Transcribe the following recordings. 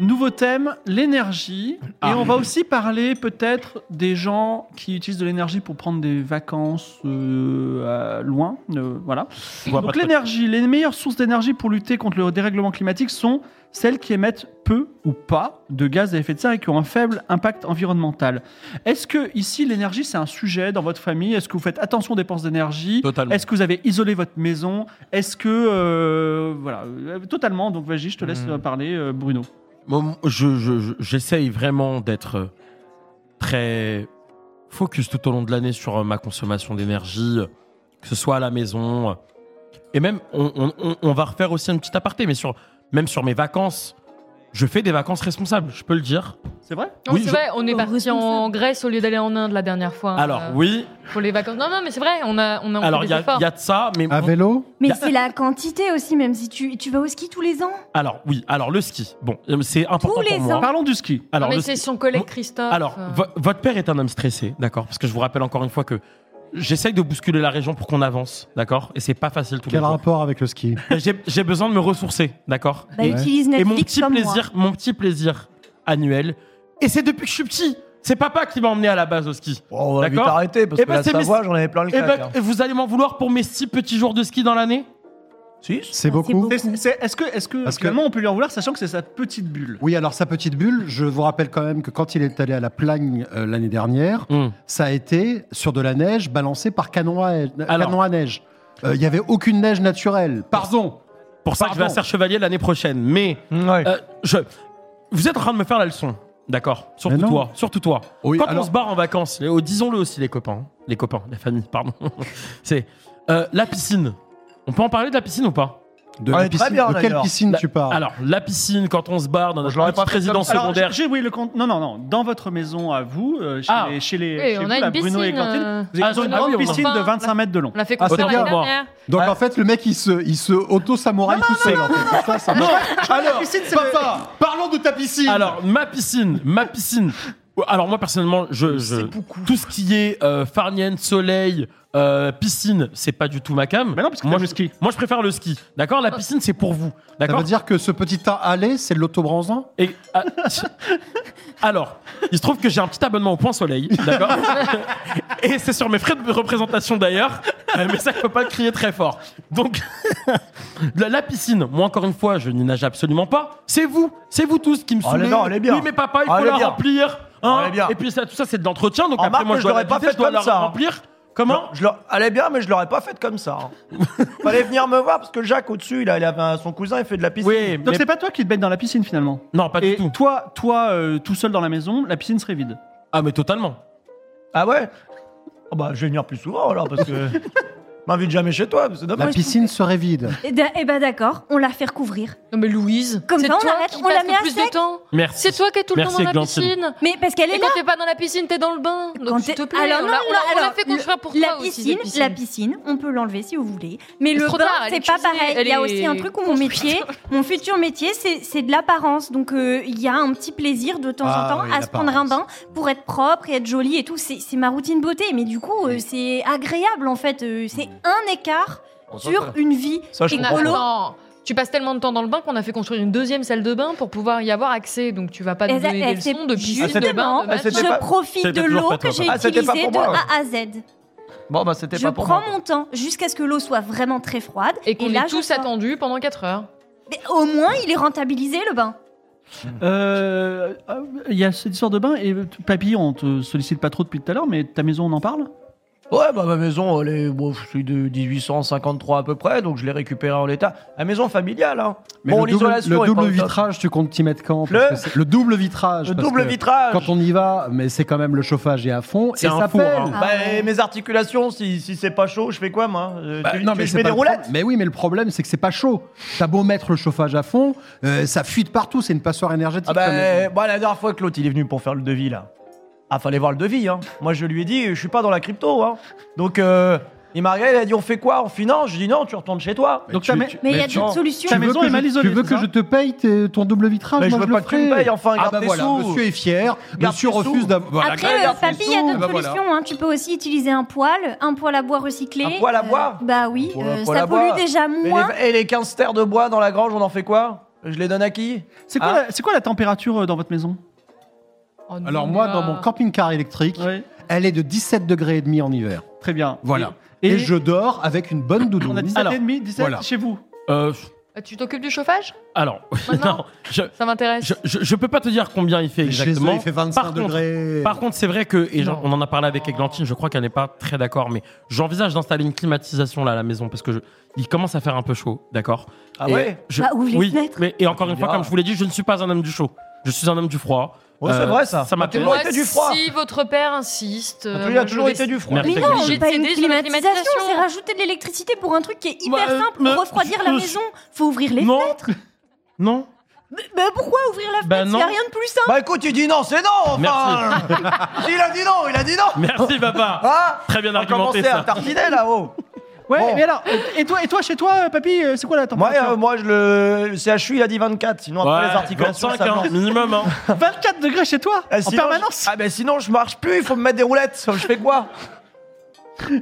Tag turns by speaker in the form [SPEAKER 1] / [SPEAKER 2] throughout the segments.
[SPEAKER 1] Nouveau thème, l'énergie.
[SPEAKER 2] Ah.
[SPEAKER 1] Et on va aussi parler peut-être des gens qui utilisent de l'énergie pour prendre des vacances euh, à- loin. euh, voilà.
[SPEAKER 2] voit
[SPEAKER 1] Donc
[SPEAKER 2] pas trop.
[SPEAKER 1] l'énergie, les meilleures sources d'énergie pour lutter contre le dérèglement climatique sont celles qui émettent peu ou pas de gaz à effet de serre et qui ont un faible impact environnemental. Est-ce que ici l'énergie c'est un sujet dans votre famille Est-ce que vous faites attention aux dépenses d'énergie
[SPEAKER 2] Totalement.
[SPEAKER 1] Est-ce que vous avez isolé votre maison Est-ce que euh, voilà euh, totalement Donc vas-y, je te laisse
[SPEAKER 2] Mm.
[SPEAKER 1] euh, parler, euh, Bruno.
[SPEAKER 2] Moi, je- je- je- J'essaye vraiment d'être euh, très focus tout au long de l'année sur euh, ma consommation d'énergie, euh, que ce soit à la maison. euh, Et même, on, on- on- on va refaire aussi un petit aparté, mais sur, même sur mes vacances, je fais des vacances responsables, je peux le dire.
[SPEAKER 1] C'est vrai
[SPEAKER 3] Non,
[SPEAKER 2] Oui,
[SPEAKER 3] c'est
[SPEAKER 2] je-
[SPEAKER 3] vrai, on est
[SPEAKER 4] Oh,
[SPEAKER 3] parti en
[SPEAKER 4] responsable.
[SPEAKER 3] Grèce au lieu d'aller en Inde la dernière fois.
[SPEAKER 2] Alors,
[SPEAKER 3] euh,
[SPEAKER 2] oui,
[SPEAKER 3] Pour les vacances. Non, non, mais c'est vrai, on a, on a on fait
[SPEAKER 2] alors
[SPEAKER 3] des
[SPEAKER 2] il y, a
[SPEAKER 3] efforts.
[SPEAKER 2] il y a de ça, mais
[SPEAKER 5] À
[SPEAKER 2] on-
[SPEAKER 5] vélo
[SPEAKER 2] Y a-
[SPEAKER 4] Mais c'est la quantité aussi, même si tu, tu vas au ski tous les ans.
[SPEAKER 2] alors oui, alors le ski, bon, euh, c'est important
[SPEAKER 4] Tous les
[SPEAKER 2] pour moi.
[SPEAKER 1] Parlons du ski.
[SPEAKER 2] Alors,
[SPEAKER 3] non, mais
[SPEAKER 2] le
[SPEAKER 3] c'est
[SPEAKER 2] ski-
[SPEAKER 3] son collègue
[SPEAKER 2] Moi-
[SPEAKER 3] Christophe.
[SPEAKER 2] Alors,
[SPEAKER 3] euh,
[SPEAKER 2] vo- votre père est un homme stressé, d'accord Parce que je vous rappelle encore une fois que j'essaye de bousculer la région pour qu'on avance, d'accord Et c'est pas facile tout
[SPEAKER 5] Quel rapport avec le ski
[SPEAKER 2] J'ai j'ai besoin de me ressourcer, d'accord
[SPEAKER 4] Bah,
[SPEAKER 5] Ouais.
[SPEAKER 4] utilise
[SPEAKER 2] Et
[SPEAKER 4] Netflix
[SPEAKER 2] mon petit
[SPEAKER 4] comme
[SPEAKER 2] plaisir, mon petit plaisir annuel. Et c'est depuis que je suis petit. C'est papa qui m'a emmené à la base au ski.
[SPEAKER 6] Bon, Oh, on va vite
[SPEAKER 2] D'accord.
[SPEAKER 6] arrêter parce
[SPEAKER 2] Eh
[SPEAKER 6] que
[SPEAKER 2] ben,
[SPEAKER 6] la
[SPEAKER 2] c'est mes-
[SPEAKER 6] Savoie, j'en avais plein le
[SPEAKER 1] Eh ben,
[SPEAKER 2] Et
[SPEAKER 6] crack. hein.
[SPEAKER 2] vous allez m'en vouloir pour mes six petits jours de ski dans l'année
[SPEAKER 5] C'est
[SPEAKER 4] Ah, c'est
[SPEAKER 5] beaucoup
[SPEAKER 4] beaucoup.
[SPEAKER 1] C'est- c'est- Est-ce que, est que
[SPEAKER 5] Parce que-
[SPEAKER 1] finalement on peut lui en vouloir, sachant que c'est sa petite bulle
[SPEAKER 5] Oui, alors sa petite bulle, je vous rappelle quand même que quand il est allé à la Plagne euh, l'année dernière,
[SPEAKER 6] Mm.
[SPEAKER 2] Hmm.
[SPEAKER 5] ça a été sur de la neige balancée par canon à,
[SPEAKER 2] Alors.
[SPEAKER 5] canon à neige. Euh, Il n'y avait aucune neige naturelle. Pardon
[SPEAKER 2] Pour ça que je vais à
[SPEAKER 5] Pardon.
[SPEAKER 2] Serre Chevalier l'année prochaine. Mais
[SPEAKER 6] Mm, Ouais.
[SPEAKER 2] euh, je, vous êtes en train de me faire la leçon, d'accord Surtout
[SPEAKER 5] Mais non.
[SPEAKER 2] toi, surtout toi.
[SPEAKER 5] Oui,
[SPEAKER 2] Quand on
[SPEAKER 5] alors-
[SPEAKER 2] se barre en vacances, les- oh, disons-le aussi les copains, hein. les copains, la famille, pardon. C'est euh, la piscine. On peut en parler de la piscine ou pas
[SPEAKER 5] De,
[SPEAKER 6] Ouais,
[SPEAKER 5] la
[SPEAKER 6] Ah, très
[SPEAKER 5] piscine-
[SPEAKER 6] bien,
[SPEAKER 5] de quelle
[SPEAKER 6] d'ailleurs.
[SPEAKER 5] piscine
[SPEAKER 2] La-
[SPEAKER 5] tu parles
[SPEAKER 2] Alors la piscine quand on se barre dans
[SPEAKER 6] Bon, je
[SPEAKER 2] notre
[SPEAKER 6] l'aurais pas
[SPEAKER 2] petite
[SPEAKER 6] fait comme
[SPEAKER 2] résidence
[SPEAKER 6] ça. Alors,
[SPEAKER 2] secondaire.
[SPEAKER 1] Alors, j'ai oublié le compte. Non, non, non. Dans votre maison à vous, euh, chez,
[SPEAKER 2] Ah.
[SPEAKER 1] les, chez les-
[SPEAKER 3] oui,
[SPEAKER 1] chez
[SPEAKER 3] on
[SPEAKER 1] vous,
[SPEAKER 3] a
[SPEAKER 1] là,
[SPEAKER 3] une
[SPEAKER 1] Bruno et
[SPEAKER 3] piscine.
[SPEAKER 1] Quentin, vous
[SPEAKER 3] euh,
[SPEAKER 1] avez
[SPEAKER 2] Ah,
[SPEAKER 1] une
[SPEAKER 2] ah oui,
[SPEAKER 1] grande
[SPEAKER 2] on en
[SPEAKER 1] piscine
[SPEAKER 3] parle.
[SPEAKER 1] de 25 mètres de long.
[SPEAKER 3] on l'a fait
[SPEAKER 5] Ah,
[SPEAKER 3] construire
[SPEAKER 5] c'est
[SPEAKER 3] l'année
[SPEAKER 5] bien, moi.
[SPEAKER 3] dernière.
[SPEAKER 5] Donc
[SPEAKER 6] Ouais.
[SPEAKER 5] en fait, le mec, il se, il se auto-samouraille tout seul. en fait. Ça, ça marche.
[SPEAKER 1] Ah,
[SPEAKER 5] alors, papa, parlons de ta piscine
[SPEAKER 2] Alors, ma piscine, ma piscine. Alors, moi, personnellement, je, je- tout ce qui est euh, farnienne, soleil, euh, piscine, c'est pas du tout ma cam.
[SPEAKER 1] Mais non, parce que
[SPEAKER 2] moi,
[SPEAKER 1] t'aimes le
[SPEAKER 2] je-
[SPEAKER 1] ski.
[SPEAKER 2] Moi, je préfère le ski. D'accord
[SPEAKER 5] Oh.
[SPEAKER 2] La piscine, c'est pour vous.
[SPEAKER 5] Ça
[SPEAKER 2] D'accord
[SPEAKER 5] veut dire que ce petit tas allé, c'est de l'autobronzant
[SPEAKER 2] Et- ah, Alors, il se trouve que j'ai un petit abonnement au Point Soleil. D'accord Et c'est sur mes frais de représentation d'ailleurs. Euh, Mais ça, il faut pas le crier très fort. Donc, la, la piscine, moi, encore une fois, je n'y nage absolument pas. C'est vous, c'est vous tous qui me
[SPEAKER 6] Oh, elle est-
[SPEAKER 2] soumettez.
[SPEAKER 6] non, elle est bien.
[SPEAKER 2] Oui, mais papa, il
[SPEAKER 6] Oh,
[SPEAKER 2] faut
[SPEAKER 6] elle
[SPEAKER 2] la
[SPEAKER 6] est bien.
[SPEAKER 2] remplir. hein.
[SPEAKER 6] Oh, elle est bien.
[SPEAKER 2] Et puis, ça, tout ça, c'est de l'entretien. Donc,
[SPEAKER 6] Remarque
[SPEAKER 2] après, moi,
[SPEAKER 6] que
[SPEAKER 2] je
[SPEAKER 6] je
[SPEAKER 2] dois, la
[SPEAKER 6] l'aurais pas
[SPEAKER 2] vider,
[SPEAKER 6] fait
[SPEAKER 2] je dois
[SPEAKER 6] comme
[SPEAKER 2] la
[SPEAKER 6] ça, hein.
[SPEAKER 2] remplir. Comment
[SPEAKER 6] Je l'aurais- Allez bien, mais je l'aurais pas fait comme ça. hein. Fallait venir me voir parce que Jacques au-dessus, il a- il avait un- son cousin, il fait de la piscine.
[SPEAKER 2] Oui,
[SPEAKER 1] Donc,
[SPEAKER 2] mais-
[SPEAKER 1] c'est pas toi qui te baignes dans la piscine finalement.
[SPEAKER 2] Non, pas
[SPEAKER 1] et
[SPEAKER 2] du tout.
[SPEAKER 1] toi, toi euh, tout seul dans la maison, la piscine serait vide.
[SPEAKER 2] Ah, mais totalement.
[SPEAKER 6] Ah ouais Oh Bah, je vais venir plus souvent alors parce que. M'invite jamais chez toi, c'est
[SPEAKER 5] La
[SPEAKER 6] dommage.
[SPEAKER 5] piscine serait vide.
[SPEAKER 4] Et bah d'accord, on la fait recouvrir.
[SPEAKER 3] Non, mais Louise,
[SPEAKER 4] Comme
[SPEAKER 3] c'est
[SPEAKER 4] ça, on
[SPEAKER 3] toi
[SPEAKER 4] arrête,
[SPEAKER 3] qui
[SPEAKER 4] on la
[SPEAKER 3] passes
[SPEAKER 4] met à
[SPEAKER 3] le plus de
[SPEAKER 4] sec.
[SPEAKER 3] temps.
[SPEAKER 2] Merci.
[SPEAKER 3] C'est toi qui es tout le
[SPEAKER 2] Merci,
[SPEAKER 3] temps dans la
[SPEAKER 2] Glantine.
[SPEAKER 3] piscine.
[SPEAKER 4] Mais parce qu'elle est
[SPEAKER 3] Et
[SPEAKER 4] là.
[SPEAKER 3] quand t'es pas dans la piscine, t'es dans le bain. Donc
[SPEAKER 4] Quand
[SPEAKER 3] s'il
[SPEAKER 4] t'es-
[SPEAKER 3] te plaît,
[SPEAKER 4] Alors,
[SPEAKER 3] on,
[SPEAKER 4] non,
[SPEAKER 3] l'a, on l'a-
[SPEAKER 4] non,
[SPEAKER 3] on l'a
[SPEAKER 4] alors,
[SPEAKER 3] fait construire pour
[SPEAKER 4] le-
[SPEAKER 3] toi
[SPEAKER 4] la
[SPEAKER 3] aussi.
[SPEAKER 4] piscine,
[SPEAKER 3] cette
[SPEAKER 4] La piscine, on peut l'enlever si vous voulez. Mais
[SPEAKER 3] C'est
[SPEAKER 4] le
[SPEAKER 3] trop
[SPEAKER 4] bain,
[SPEAKER 3] tard, elle est
[SPEAKER 4] c'est pas
[SPEAKER 3] cuisinée,
[SPEAKER 4] pareil.
[SPEAKER 3] elle
[SPEAKER 4] Il y a
[SPEAKER 3] est
[SPEAKER 4] aussi un truc où mon
[SPEAKER 3] construite.
[SPEAKER 4] métier, mon futur métier, c'est c'est de l'apparence. Donc euh, il y a un petit plaisir de temps
[SPEAKER 5] Ah
[SPEAKER 4] en temps
[SPEAKER 5] oui,
[SPEAKER 4] à se prendre un
[SPEAKER 5] l'apparence.
[SPEAKER 4] bain pour être propre et être jolie et tout. C'est c'est ma routine beauté. Mais du coup, euh, c'est agréable en fait. Euh, c'est un écart
[SPEAKER 6] On s'en
[SPEAKER 4] sur
[SPEAKER 6] fout.
[SPEAKER 4] une vie
[SPEAKER 6] Ça, je
[SPEAKER 3] On a-
[SPEAKER 6] comprends
[SPEAKER 4] écolo.
[SPEAKER 6] pas.
[SPEAKER 3] Attends, Tu passes tellement de temps dans le bain qu'on a fait construire une deuxième salle de bain pour pouvoir y avoir accès. Donc tu vas pas nous
[SPEAKER 4] Et ça-
[SPEAKER 3] donner des
[SPEAKER 4] et c'est
[SPEAKER 3] leçons de piscine, de
[SPEAKER 4] justement-
[SPEAKER 3] bain, de
[SPEAKER 6] Ah,
[SPEAKER 3] machin.
[SPEAKER 6] c'était
[SPEAKER 4] Je
[SPEAKER 6] pas-
[SPEAKER 4] profite
[SPEAKER 2] c'était
[SPEAKER 4] de
[SPEAKER 2] toujours
[SPEAKER 4] l'eau
[SPEAKER 2] pas toi,
[SPEAKER 4] que j'ai
[SPEAKER 6] toi. Ah, c'était pas
[SPEAKER 4] utilisée
[SPEAKER 6] pour
[SPEAKER 4] de
[SPEAKER 6] moi, ouais.
[SPEAKER 4] A à Z.
[SPEAKER 6] Bon, bah, c'était
[SPEAKER 4] Je
[SPEAKER 6] pas pour moi.
[SPEAKER 4] prends mon temps jusqu'à ce que l'eau soit vraiment très froide.
[SPEAKER 3] Et qu'on
[SPEAKER 4] là,
[SPEAKER 3] est
[SPEAKER 4] je
[SPEAKER 3] tous
[SPEAKER 4] sors.
[SPEAKER 3] attendus pendant 4 heures.
[SPEAKER 4] Mais Au moins, il est rentabilisé le bain.
[SPEAKER 1] Euh, euh, Il y a cette histoire de bain et euh, papy, on te sollicite pas trop depuis tout à l'heure, mais ta maison, on en parle
[SPEAKER 6] Ouais, bah ma maison, elle est, bon, je suis de 1853 à peu près, donc je l'ai récupérée en l'état. La maison familiale, hein.
[SPEAKER 5] Mais
[SPEAKER 6] bon,
[SPEAKER 5] le double,
[SPEAKER 6] l'isolation
[SPEAKER 5] le
[SPEAKER 6] est
[SPEAKER 5] double
[SPEAKER 6] pas au top.
[SPEAKER 5] vitrage, tu comptes t'y mettre quand Parce
[SPEAKER 6] Le-
[SPEAKER 5] que c'est- double vitrage.
[SPEAKER 6] Le
[SPEAKER 5] parce
[SPEAKER 6] double
[SPEAKER 5] que
[SPEAKER 6] vitrage.
[SPEAKER 5] Quand on y va, mais c'est quand même le chauffage est à fond.
[SPEAKER 2] C'est
[SPEAKER 5] et
[SPEAKER 2] un
[SPEAKER 5] ça
[SPEAKER 2] four,
[SPEAKER 5] pèle.
[SPEAKER 2] hein.
[SPEAKER 4] Ah
[SPEAKER 6] Bah,
[SPEAKER 4] ouais.
[SPEAKER 6] et mes articulations, si, si c'est pas chaud, je fais quoi, moi Euh,
[SPEAKER 5] Bah,
[SPEAKER 6] tu-
[SPEAKER 5] non,
[SPEAKER 6] tu-
[SPEAKER 5] mais
[SPEAKER 6] Je
[SPEAKER 5] c'est
[SPEAKER 6] mets
[SPEAKER 5] pas
[SPEAKER 6] des
[SPEAKER 5] le problème.
[SPEAKER 6] roulettes
[SPEAKER 5] Mais oui, mais le problème, c'est que c'est pas chaud. T'as beau mettre le chauffage à fond, euh, ça fuit de partout, c'est une passoire énergétique.
[SPEAKER 6] Ah bah,
[SPEAKER 5] ta maison.
[SPEAKER 6] bah, la dernière fois, Claude, il est venu pour faire le devis, là. Ah, fallait voir le devis, hein. Moi, je lui ai dit, je suis pas dans la crypto, hein. Donc, euh, il m'a regardé, il a dit, on fait quoi On finance Je lui ai dit, non, tu retournes chez toi.
[SPEAKER 1] Donc
[SPEAKER 5] tu-
[SPEAKER 1] ta ma-
[SPEAKER 5] tu-
[SPEAKER 4] Mais il y a
[SPEAKER 5] tu-
[SPEAKER 4] d'autres solutions.
[SPEAKER 1] ta
[SPEAKER 5] tu veux
[SPEAKER 1] maison
[SPEAKER 5] que
[SPEAKER 1] est
[SPEAKER 5] je-
[SPEAKER 1] mal isolée,
[SPEAKER 5] Tu veux
[SPEAKER 1] c'est
[SPEAKER 5] que
[SPEAKER 1] ça
[SPEAKER 5] je te paye tes- ton double vitrage
[SPEAKER 6] Mais je
[SPEAKER 5] Moi,
[SPEAKER 6] veux
[SPEAKER 5] je
[SPEAKER 6] pas
[SPEAKER 5] le
[SPEAKER 6] que tu me
[SPEAKER 5] ferai.
[SPEAKER 6] payes, enfin,
[SPEAKER 5] ah
[SPEAKER 6] garde
[SPEAKER 5] bah
[SPEAKER 6] tes
[SPEAKER 5] voilà,
[SPEAKER 6] sous.
[SPEAKER 5] monsieur est fier.
[SPEAKER 6] Garde
[SPEAKER 5] monsieur
[SPEAKER 6] tes sous.
[SPEAKER 5] refuse d'avoir. voilà,
[SPEAKER 4] Après, euh,
[SPEAKER 5] garde tes
[SPEAKER 4] papy, il y a
[SPEAKER 5] sous.
[SPEAKER 4] d'autres
[SPEAKER 5] Bah voilà.
[SPEAKER 4] solutions. hein. Tu peux aussi utiliser un poêle, un poêle à bois recyclé.
[SPEAKER 6] Un poêle à bois
[SPEAKER 4] Bah oui,
[SPEAKER 6] Pour-
[SPEAKER 4] euh,
[SPEAKER 6] pour
[SPEAKER 4] ça
[SPEAKER 6] la
[SPEAKER 4] pollue
[SPEAKER 6] bois.
[SPEAKER 4] déjà
[SPEAKER 6] Mais
[SPEAKER 4] moins.
[SPEAKER 6] les- et les 15 terres de bois dans la grange, on en fait quoi Je les donne à qui
[SPEAKER 1] C'est quoi,
[SPEAKER 6] Ah.
[SPEAKER 1] la- c'est quoi la température euh, dans votre maison
[SPEAKER 3] Oh, non,
[SPEAKER 5] Alors
[SPEAKER 3] mais
[SPEAKER 5] moi,
[SPEAKER 3] là-
[SPEAKER 5] dans mon camping-car électrique,
[SPEAKER 1] Oui.
[SPEAKER 5] elle est de 17 degrés et demi en hiver.
[SPEAKER 1] Très bien.
[SPEAKER 5] Voilà.
[SPEAKER 1] Et,
[SPEAKER 5] Et, je dors avec une bonne
[SPEAKER 1] on a
[SPEAKER 5] doudoune.
[SPEAKER 1] 17
[SPEAKER 2] Alors,
[SPEAKER 1] et demi, 17
[SPEAKER 5] voilà.
[SPEAKER 1] chez vous.
[SPEAKER 2] Euh,
[SPEAKER 3] Ah, Tu t'occupes du chauffage
[SPEAKER 2] alors,
[SPEAKER 3] Maintenant
[SPEAKER 2] non, je,
[SPEAKER 3] Ça m'intéresse.
[SPEAKER 2] je, je- je peux pas te dire combien il fait exactement.
[SPEAKER 5] Chez eux, il fait 25
[SPEAKER 2] Par contre,
[SPEAKER 5] degrés.
[SPEAKER 2] Par contre, c'est vrai que, et j'en-
[SPEAKER 3] Non.
[SPEAKER 2] on en a parlé avec Eglantine, je crois qu'elle n'est pas très d'accord, mais j'envisage d'installer une climatisation là à la maison parce que je- il commence à faire un peu chaud, d'accord
[SPEAKER 6] Ah
[SPEAKER 2] Et
[SPEAKER 6] ouais
[SPEAKER 2] je-
[SPEAKER 4] Bah, ouvre les
[SPEAKER 2] oui,
[SPEAKER 4] fenêtres.
[SPEAKER 2] mais- et encore une fois,
[SPEAKER 6] Ah.
[SPEAKER 2] comme je vous l'ai dit, je ne suis pas un homme du chaud. Je suis un homme du froid.
[SPEAKER 6] Ouais, c'est vrai, ça.
[SPEAKER 2] Ça m'a
[SPEAKER 6] Toujours été du froid.
[SPEAKER 3] Si votre père insiste.
[SPEAKER 6] Il
[SPEAKER 3] euh,
[SPEAKER 6] a
[SPEAKER 3] moi, je
[SPEAKER 6] toujours
[SPEAKER 3] vais-
[SPEAKER 6] été du froid.
[SPEAKER 2] Merci.
[SPEAKER 4] Mais
[SPEAKER 2] T'es
[SPEAKER 4] non,
[SPEAKER 2] obligé
[SPEAKER 4] c'est
[SPEAKER 3] de
[SPEAKER 4] pas une
[SPEAKER 3] céder sur la
[SPEAKER 4] climatisation,
[SPEAKER 3] climatisation.
[SPEAKER 4] c'est rajouter de l'électricité pour un truc qui est hyper
[SPEAKER 2] Bah, euh,
[SPEAKER 4] simple.
[SPEAKER 2] mais-
[SPEAKER 4] pour refroidir la
[SPEAKER 2] je-
[SPEAKER 4] maison, faut ouvrir les
[SPEAKER 2] Non.
[SPEAKER 4] fenêtres.
[SPEAKER 2] Non
[SPEAKER 4] Mais, mais pourquoi ouvrir la
[SPEAKER 2] Bah
[SPEAKER 4] fenêtre Il n'y a
[SPEAKER 2] non.
[SPEAKER 4] rien de plus simple.
[SPEAKER 6] Bah écoute, il dit non, c'est non enfin Il a dit non, il a dit non
[SPEAKER 2] Merci, papa
[SPEAKER 6] Ah
[SPEAKER 2] Très bien
[SPEAKER 6] On
[SPEAKER 2] argumenté,
[SPEAKER 6] commençait à
[SPEAKER 2] ça.
[SPEAKER 6] tartiner là-haut
[SPEAKER 1] Ouais,
[SPEAKER 6] Bon.
[SPEAKER 1] mais alors, euh, et toi, et toi chez toi, euh, papy, euh, c'est quoi la
[SPEAKER 6] Moi,
[SPEAKER 1] température
[SPEAKER 6] euh, moi je le... le CHU, il a dit 24, sinon après
[SPEAKER 2] Ouais,
[SPEAKER 6] les articulations,
[SPEAKER 2] 25,
[SPEAKER 6] ça
[SPEAKER 2] hein,
[SPEAKER 6] blanc.
[SPEAKER 2] minimum. hein.
[SPEAKER 1] 24 degrés chez toi
[SPEAKER 6] Eh,
[SPEAKER 1] En
[SPEAKER 6] sinon,
[SPEAKER 1] permanence
[SPEAKER 6] je- Ah ben sinon, je marche plus, il faut me mettre des roulettes, je fais quoi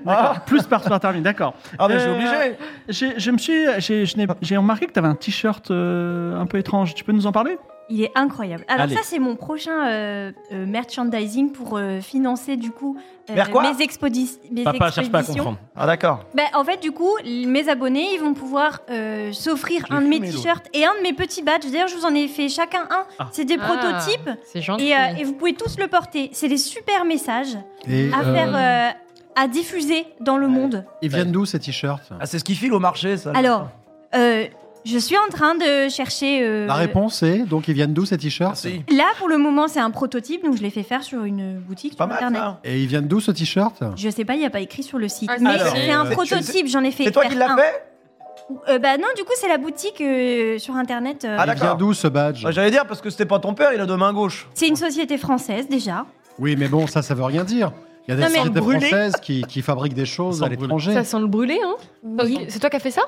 [SPEAKER 1] D'accord, Plus par soir terminé, d'accord.
[SPEAKER 6] Ah mais je suis
[SPEAKER 1] Euh,
[SPEAKER 6] obligé
[SPEAKER 1] j'ai- Je me suis, j'ai- je n'ai- j'ai remarqué que tu avais un t-shirt euh, un peu étrange. Tu peux nous en parler
[SPEAKER 4] Il est incroyable. Alors
[SPEAKER 2] Allez.
[SPEAKER 4] ça, c'est mon prochain euh, euh, merchandising pour euh, financer du coup euh,
[SPEAKER 6] Vers quoi
[SPEAKER 4] mes, expodi- mes
[SPEAKER 2] Papa cherche pas à
[SPEAKER 4] expéditions.
[SPEAKER 2] comprendre.
[SPEAKER 6] Ah d'accord.
[SPEAKER 4] Ben, en fait, du coup, l- mes abonnés, ils vont pouvoir euh, s'offrir un de mes
[SPEAKER 6] fumé l'eau.
[SPEAKER 4] t-shirts et un de mes petits badges. D'ailleurs, je vous en ai fait chacun un.
[SPEAKER 2] Ah.
[SPEAKER 4] C'est des
[SPEAKER 3] Ah,
[SPEAKER 4] prototypes.
[SPEAKER 3] C'est gentil.
[SPEAKER 4] Et, euh, et vous pouvez tous le porter. C'est des super messages
[SPEAKER 5] Et,
[SPEAKER 4] à
[SPEAKER 5] euh,
[SPEAKER 4] faire, euh, à diffuser dans le monde.
[SPEAKER 5] Ils viennent d'où ces t-shirts
[SPEAKER 6] Ah c'est ce qui file au marché, ça.
[SPEAKER 4] Alors, euh, je suis en train de chercher. euh,
[SPEAKER 5] La réponse est donc ils viennent d'où ces t-shirts
[SPEAKER 6] Merci.
[SPEAKER 4] Là, pour le moment, c'est un prototype, donc je l'ai fait faire sur une boutique
[SPEAKER 6] Pas
[SPEAKER 4] sur
[SPEAKER 6] mal,
[SPEAKER 4] internet.
[SPEAKER 6] ça.
[SPEAKER 5] Et ils viennent d'où ce t-shirt
[SPEAKER 6] Ah,
[SPEAKER 4] Je sais pas, il n'y a pas écrit sur le site.
[SPEAKER 3] Ah, si,
[SPEAKER 4] mais
[SPEAKER 3] Alors,
[SPEAKER 4] c'est un
[SPEAKER 6] euh,
[SPEAKER 4] prototype, j'en ai fait.
[SPEAKER 6] C'est toi qui
[SPEAKER 4] faire
[SPEAKER 6] l'as
[SPEAKER 4] un.
[SPEAKER 6] fait
[SPEAKER 4] Euh, Bah non, du coup, c'est la boutique euh, sur internet. euh,
[SPEAKER 6] Ah,
[SPEAKER 5] Il vient
[SPEAKER 6] d'accord.
[SPEAKER 5] d'où ce badge
[SPEAKER 6] Bah, J'allais dire, parce que c'était pas ton père, il a deux mains gauches.
[SPEAKER 4] c'est une société française déjà.
[SPEAKER 5] Oui, mais bon, ça, ça veut rien dire. Il y a des
[SPEAKER 4] Non, mais-
[SPEAKER 5] sociétés
[SPEAKER 6] Brûlé.
[SPEAKER 5] françaises qui, qui fabriquent des choses
[SPEAKER 2] Sans
[SPEAKER 5] à
[SPEAKER 2] brûler.
[SPEAKER 5] l'étranger.
[SPEAKER 3] Ça sent le brûlé, hein
[SPEAKER 4] Oui.
[SPEAKER 3] C'est toi qui as fait ça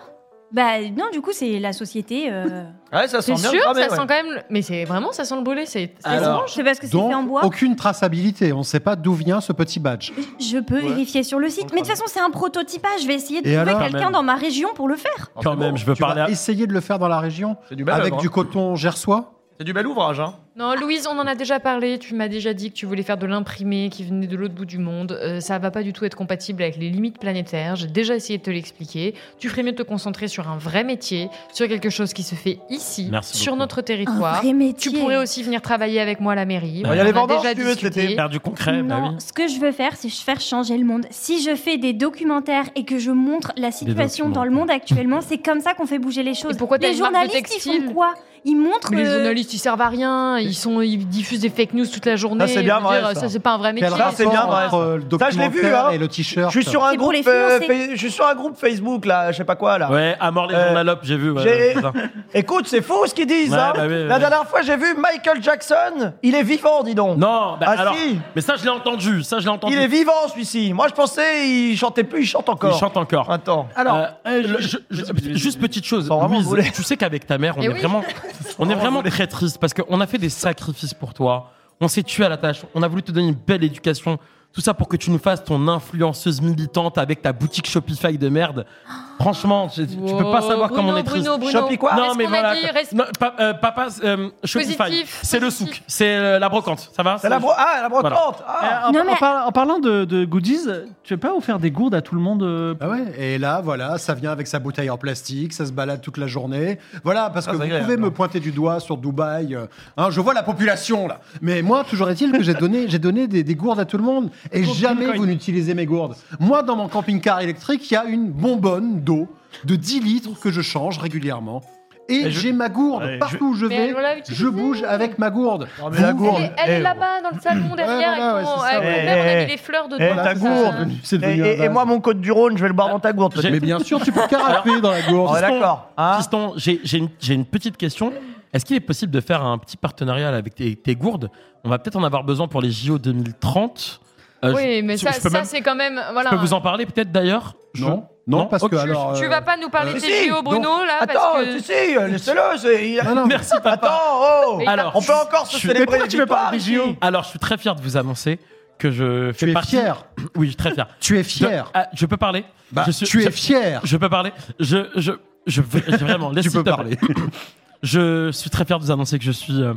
[SPEAKER 4] Bah non, du coup, c'est la société. euh,
[SPEAKER 6] Ouais, ça
[SPEAKER 3] C'est
[SPEAKER 6] sent bien.
[SPEAKER 3] sûr,
[SPEAKER 6] cramé,
[SPEAKER 3] ça
[SPEAKER 6] ouais.
[SPEAKER 3] sent quand même. le- Mais c'est vraiment, ça sent le brûlé. C'est c'est
[SPEAKER 6] Alors-
[SPEAKER 3] étrange.
[SPEAKER 4] C'est parce que c'est
[SPEAKER 5] Ah. Donc,
[SPEAKER 4] fait en bois.
[SPEAKER 5] aucune traçabilité. On ne sait pas d'où vient ce petit badge.
[SPEAKER 4] Je peux vérifier sur le site. Mais de toute façon, c'est un prototypage. Je vais essayer de
[SPEAKER 5] Et
[SPEAKER 4] trouver
[SPEAKER 5] alors
[SPEAKER 4] quelqu'un dans ma région pour le faire.
[SPEAKER 6] Ah,
[SPEAKER 2] Quand même, je veux
[SPEAKER 5] Tu vas
[SPEAKER 2] parler à...
[SPEAKER 5] essayer de le faire dans la région
[SPEAKER 6] C'est du bel
[SPEAKER 5] avec
[SPEAKER 6] œuvre,
[SPEAKER 5] du
[SPEAKER 6] hein.
[SPEAKER 5] coton gersois
[SPEAKER 6] C'est du bel ouvrage, hein.
[SPEAKER 3] Non, Louise, on en a déjà parlé. Tu m'as déjà dit que tu voulais faire de l'imprimé qui venait de l'autre bout du monde. Euh, ça va pas du tout être compatible avec les limites planétaires. J'ai déjà essayé de te l'expliquer. Tu ferais mieux de te concentrer sur un vrai métier, sur quelque chose qui se fait ici,
[SPEAKER 2] Merci
[SPEAKER 3] sur
[SPEAKER 2] beaucoup.
[SPEAKER 3] notre
[SPEAKER 4] Un
[SPEAKER 3] territoire.
[SPEAKER 4] vrai métier.
[SPEAKER 3] Tu pourrais aussi venir travailler avec moi à la mairie.
[SPEAKER 2] Bah, il y a
[SPEAKER 3] On
[SPEAKER 6] les
[SPEAKER 3] en a
[SPEAKER 6] vendanges,
[SPEAKER 3] déjà
[SPEAKER 6] si tu veux,
[SPEAKER 3] discuté.
[SPEAKER 6] cet été.
[SPEAKER 2] Faire du concret, bah
[SPEAKER 4] non,
[SPEAKER 2] oui.
[SPEAKER 4] ce que je veux faire, c'est faire changer le monde. Si je fais des documentaires et que je montre la situation dans le monde actuellement, c'est comme ça qu'on fait bouger les choses.
[SPEAKER 3] Et pourquoi t'as
[SPEAKER 4] les
[SPEAKER 3] une marque de
[SPEAKER 4] journalistes, ils
[SPEAKER 3] textile
[SPEAKER 4] font quoi Ils montrent.
[SPEAKER 3] Mais les
[SPEAKER 4] euh,
[SPEAKER 3] journalistes, ils servent à rien. Ils sont, ils diffusent des fake news toute la journée.
[SPEAKER 6] c'est bien
[SPEAKER 3] Je veux dire,
[SPEAKER 6] vrai, ça.
[SPEAKER 3] c'est pas un vrai métier.
[SPEAKER 5] Quel
[SPEAKER 6] Ça, c'est
[SPEAKER 5] rapport
[SPEAKER 6] bien vrai,
[SPEAKER 5] entre euh, le
[SPEAKER 6] Ça, je l'ai
[SPEAKER 5] documentaire
[SPEAKER 6] vu, hein.
[SPEAKER 5] et le t-shirt
[SPEAKER 6] Je suis sur un
[SPEAKER 4] C'est pour
[SPEAKER 6] groupe, euh,
[SPEAKER 4] les financer.
[SPEAKER 6] Fa- je suis sur un groupe Facebook là, je sais pas quoi là.
[SPEAKER 2] Ouais, à mort les
[SPEAKER 6] Euh,
[SPEAKER 2] journalopes, j'ai vu. ouais,
[SPEAKER 6] j'ai-
[SPEAKER 2] c'est ça.
[SPEAKER 6] Écoute, c'est fou ce qu'ils disent.
[SPEAKER 2] Ouais,
[SPEAKER 6] hein.
[SPEAKER 2] bah oui, ouais.
[SPEAKER 6] La dernière fois, j'ai vu Michael Jackson. Il est vivant, dis donc.
[SPEAKER 2] Non, bah,
[SPEAKER 6] Ah,
[SPEAKER 2] alors...
[SPEAKER 6] si.
[SPEAKER 2] Mais ça, je l'ai entendu, ça, je l'ai entendu.
[SPEAKER 6] Il est vivant celui-ci. Moi, je pensais il chantait plus, il chante encore.
[SPEAKER 2] Il chante encore.
[SPEAKER 6] Attends.
[SPEAKER 2] Alors,
[SPEAKER 1] euh, je-
[SPEAKER 2] juste petite chose,
[SPEAKER 6] Sans vraiment
[SPEAKER 2] Louise,
[SPEAKER 6] voler.
[SPEAKER 2] tu sais qu'avec ta mère, on
[SPEAKER 3] Eh
[SPEAKER 2] est
[SPEAKER 3] oui.
[SPEAKER 2] vraiment, on est vraiment très triste parce qu'on a fait des sacrifices pour toi. On s'est tué à la tâche. On a voulu te donner une belle éducation. Tout ça pour que tu nous fasses ton influenceuse militante avec ta boutique Shopify de merde. Franchement, je- tu peux pas
[SPEAKER 3] Wow,
[SPEAKER 2] savoir
[SPEAKER 3] Bruno,
[SPEAKER 2] comment on est triste.
[SPEAKER 3] Bruno, Bruno.
[SPEAKER 6] Shopee quoi
[SPEAKER 3] Est-ce
[SPEAKER 2] Non, mais
[SPEAKER 3] qu'on a
[SPEAKER 2] voilà.
[SPEAKER 3] dit
[SPEAKER 2] quoi.
[SPEAKER 3] reste-
[SPEAKER 2] Non, pa- euh, papa, euh, Shopify,
[SPEAKER 3] Positif,
[SPEAKER 2] c'est le
[SPEAKER 3] positif.
[SPEAKER 2] souk, c'est euh, la brocante. Ça va
[SPEAKER 6] C'est la bro- ah, la brocante. Ah.
[SPEAKER 1] Eh, en,
[SPEAKER 4] Non,
[SPEAKER 1] en
[SPEAKER 4] mais-
[SPEAKER 1] par- en parlant de, de goodies, tu veux pas offrir des gourdes à tout le monde euh,
[SPEAKER 5] Ah ouais, et là, voilà, ça vient avec sa bouteille en plastique, ça se balade toute la journée. Voilà, parce
[SPEAKER 6] Ah,
[SPEAKER 5] que
[SPEAKER 6] c'est
[SPEAKER 5] vous
[SPEAKER 6] agréable,
[SPEAKER 5] pouvez
[SPEAKER 6] hein.
[SPEAKER 5] me pointer du doigt sur Dubaï. euh, hein, je vois la population, là. Mais moi, toujours est-il que j'ai donné, j'ai donné des, des gourdes à tout le monde. Et
[SPEAKER 1] Combien de
[SPEAKER 5] jamais
[SPEAKER 1] coins
[SPEAKER 5] vous n'utilisez mes gourdes. Moi, dans mon camping-car électrique, il y a une bonbonne d'eau de 10 litres que je change régulièrement. Et,
[SPEAKER 6] Et je-
[SPEAKER 5] j'ai ma gourde.
[SPEAKER 6] Ouais, je-
[SPEAKER 5] Partout où je
[SPEAKER 3] Mais
[SPEAKER 5] vais,
[SPEAKER 3] elle, on l'a utilisée.
[SPEAKER 5] je bouge avec ma gourde.
[SPEAKER 6] Oh, mais la
[SPEAKER 5] Vous-
[SPEAKER 6] gourde.
[SPEAKER 3] Elle est, elle est
[SPEAKER 6] Eh,
[SPEAKER 3] là-bas dans le salon derrière
[SPEAKER 5] voilà,
[SPEAKER 3] avec
[SPEAKER 5] ouais,
[SPEAKER 3] ton-
[SPEAKER 5] c'est ça.
[SPEAKER 3] avec
[SPEAKER 6] Eh,
[SPEAKER 3] ton verre, on a
[SPEAKER 6] eh,
[SPEAKER 3] mis les fleurs dedans.
[SPEAKER 6] Eh, ta
[SPEAKER 3] tout ça.
[SPEAKER 5] c'est
[SPEAKER 6] gourde.
[SPEAKER 5] devenu-
[SPEAKER 3] euh,
[SPEAKER 5] c'est
[SPEAKER 6] Et,
[SPEAKER 5] devenu un
[SPEAKER 6] et- et
[SPEAKER 5] vase.
[SPEAKER 6] moi, mon code du Rhône, je vais le boire dans ta gourde. peut-être.
[SPEAKER 5] Mais bien sûr, tu peux caraper dans la
[SPEAKER 6] On est
[SPEAKER 5] gourde.
[SPEAKER 6] d'accord.
[SPEAKER 5] Ah.
[SPEAKER 6] hein
[SPEAKER 2] Tristan, j'ai j'ai une, j'ai une petite question. Est-ce qu'il est possible de faire un petit partenariat avec tes, tes gourdes On va peut-être en avoir besoin pour les JO 2030. Euh,
[SPEAKER 3] Oui,
[SPEAKER 2] je-
[SPEAKER 3] mais
[SPEAKER 2] je-
[SPEAKER 3] ça,
[SPEAKER 2] je peux,
[SPEAKER 3] ça,
[SPEAKER 2] même-
[SPEAKER 3] c'est quand même. Voilà.
[SPEAKER 2] je peux vous en parler peut-être d'ailleurs
[SPEAKER 6] Ah,
[SPEAKER 2] Je-
[SPEAKER 5] Non, non, parce
[SPEAKER 2] Ok.
[SPEAKER 5] que alors.
[SPEAKER 3] Tu
[SPEAKER 5] euh,
[SPEAKER 3] vas pas nous parler
[SPEAKER 6] Mais
[SPEAKER 3] de
[SPEAKER 6] si,
[SPEAKER 3] tes JO,
[SPEAKER 6] donc-
[SPEAKER 3] Bruno, là,
[SPEAKER 6] Attends,
[SPEAKER 3] Ah, parce que.
[SPEAKER 6] si, si, laissez-le. c'est- il a-
[SPEAKER 5] Non, non,
[SPEAKER 2] Merci papa.
[SPEAKER 6] Attends, oh
[SPEAKER 3] Et-
[SPEAKER 2] Alors,
[SPEAKER 6] On peut encore se
[SPEAKER 2] je-
[SPEAKER 1] Mais
[SPEAKER 6] célébrer
[SPEAKER 1] pourquoi
[SPEAKER 6] les
[SPEAKER 1] tu veux
[SPEAKER 6] victoires
[SPEAKER 1] parler des
[SPEAKER 6] ici.
[SPEAKER 1] JO
[SPEAKER 2] alors je suis très fier de vous annoncer que je fais
[SPEAKER 5] tu es
[SPEAKER 2] partie.
[SPEAKER 5] fier.
[SPEAKER 2] Oui, je suis très fier.
[SPEAKER 5] Tu es fier.
[SPEAKER 2] Ah, je peux parler
[SPEAKER 5] Bah,
[SPEAKER 2] Je suis-
[SPEAKER 5] tu
[SPEAKER 2] je-
[SPEAKER 5] es fier.
[SPEAKER 2] Je peux parler Je. je, je, vraiment, laisse
[SPEAKER 5] Tu peux
[SPEAKER 2] s'il te plaît.
[SPEAKER 5] parler.
[SPEAKER 2] Je suis très fier de vous annoncer que je suis euh,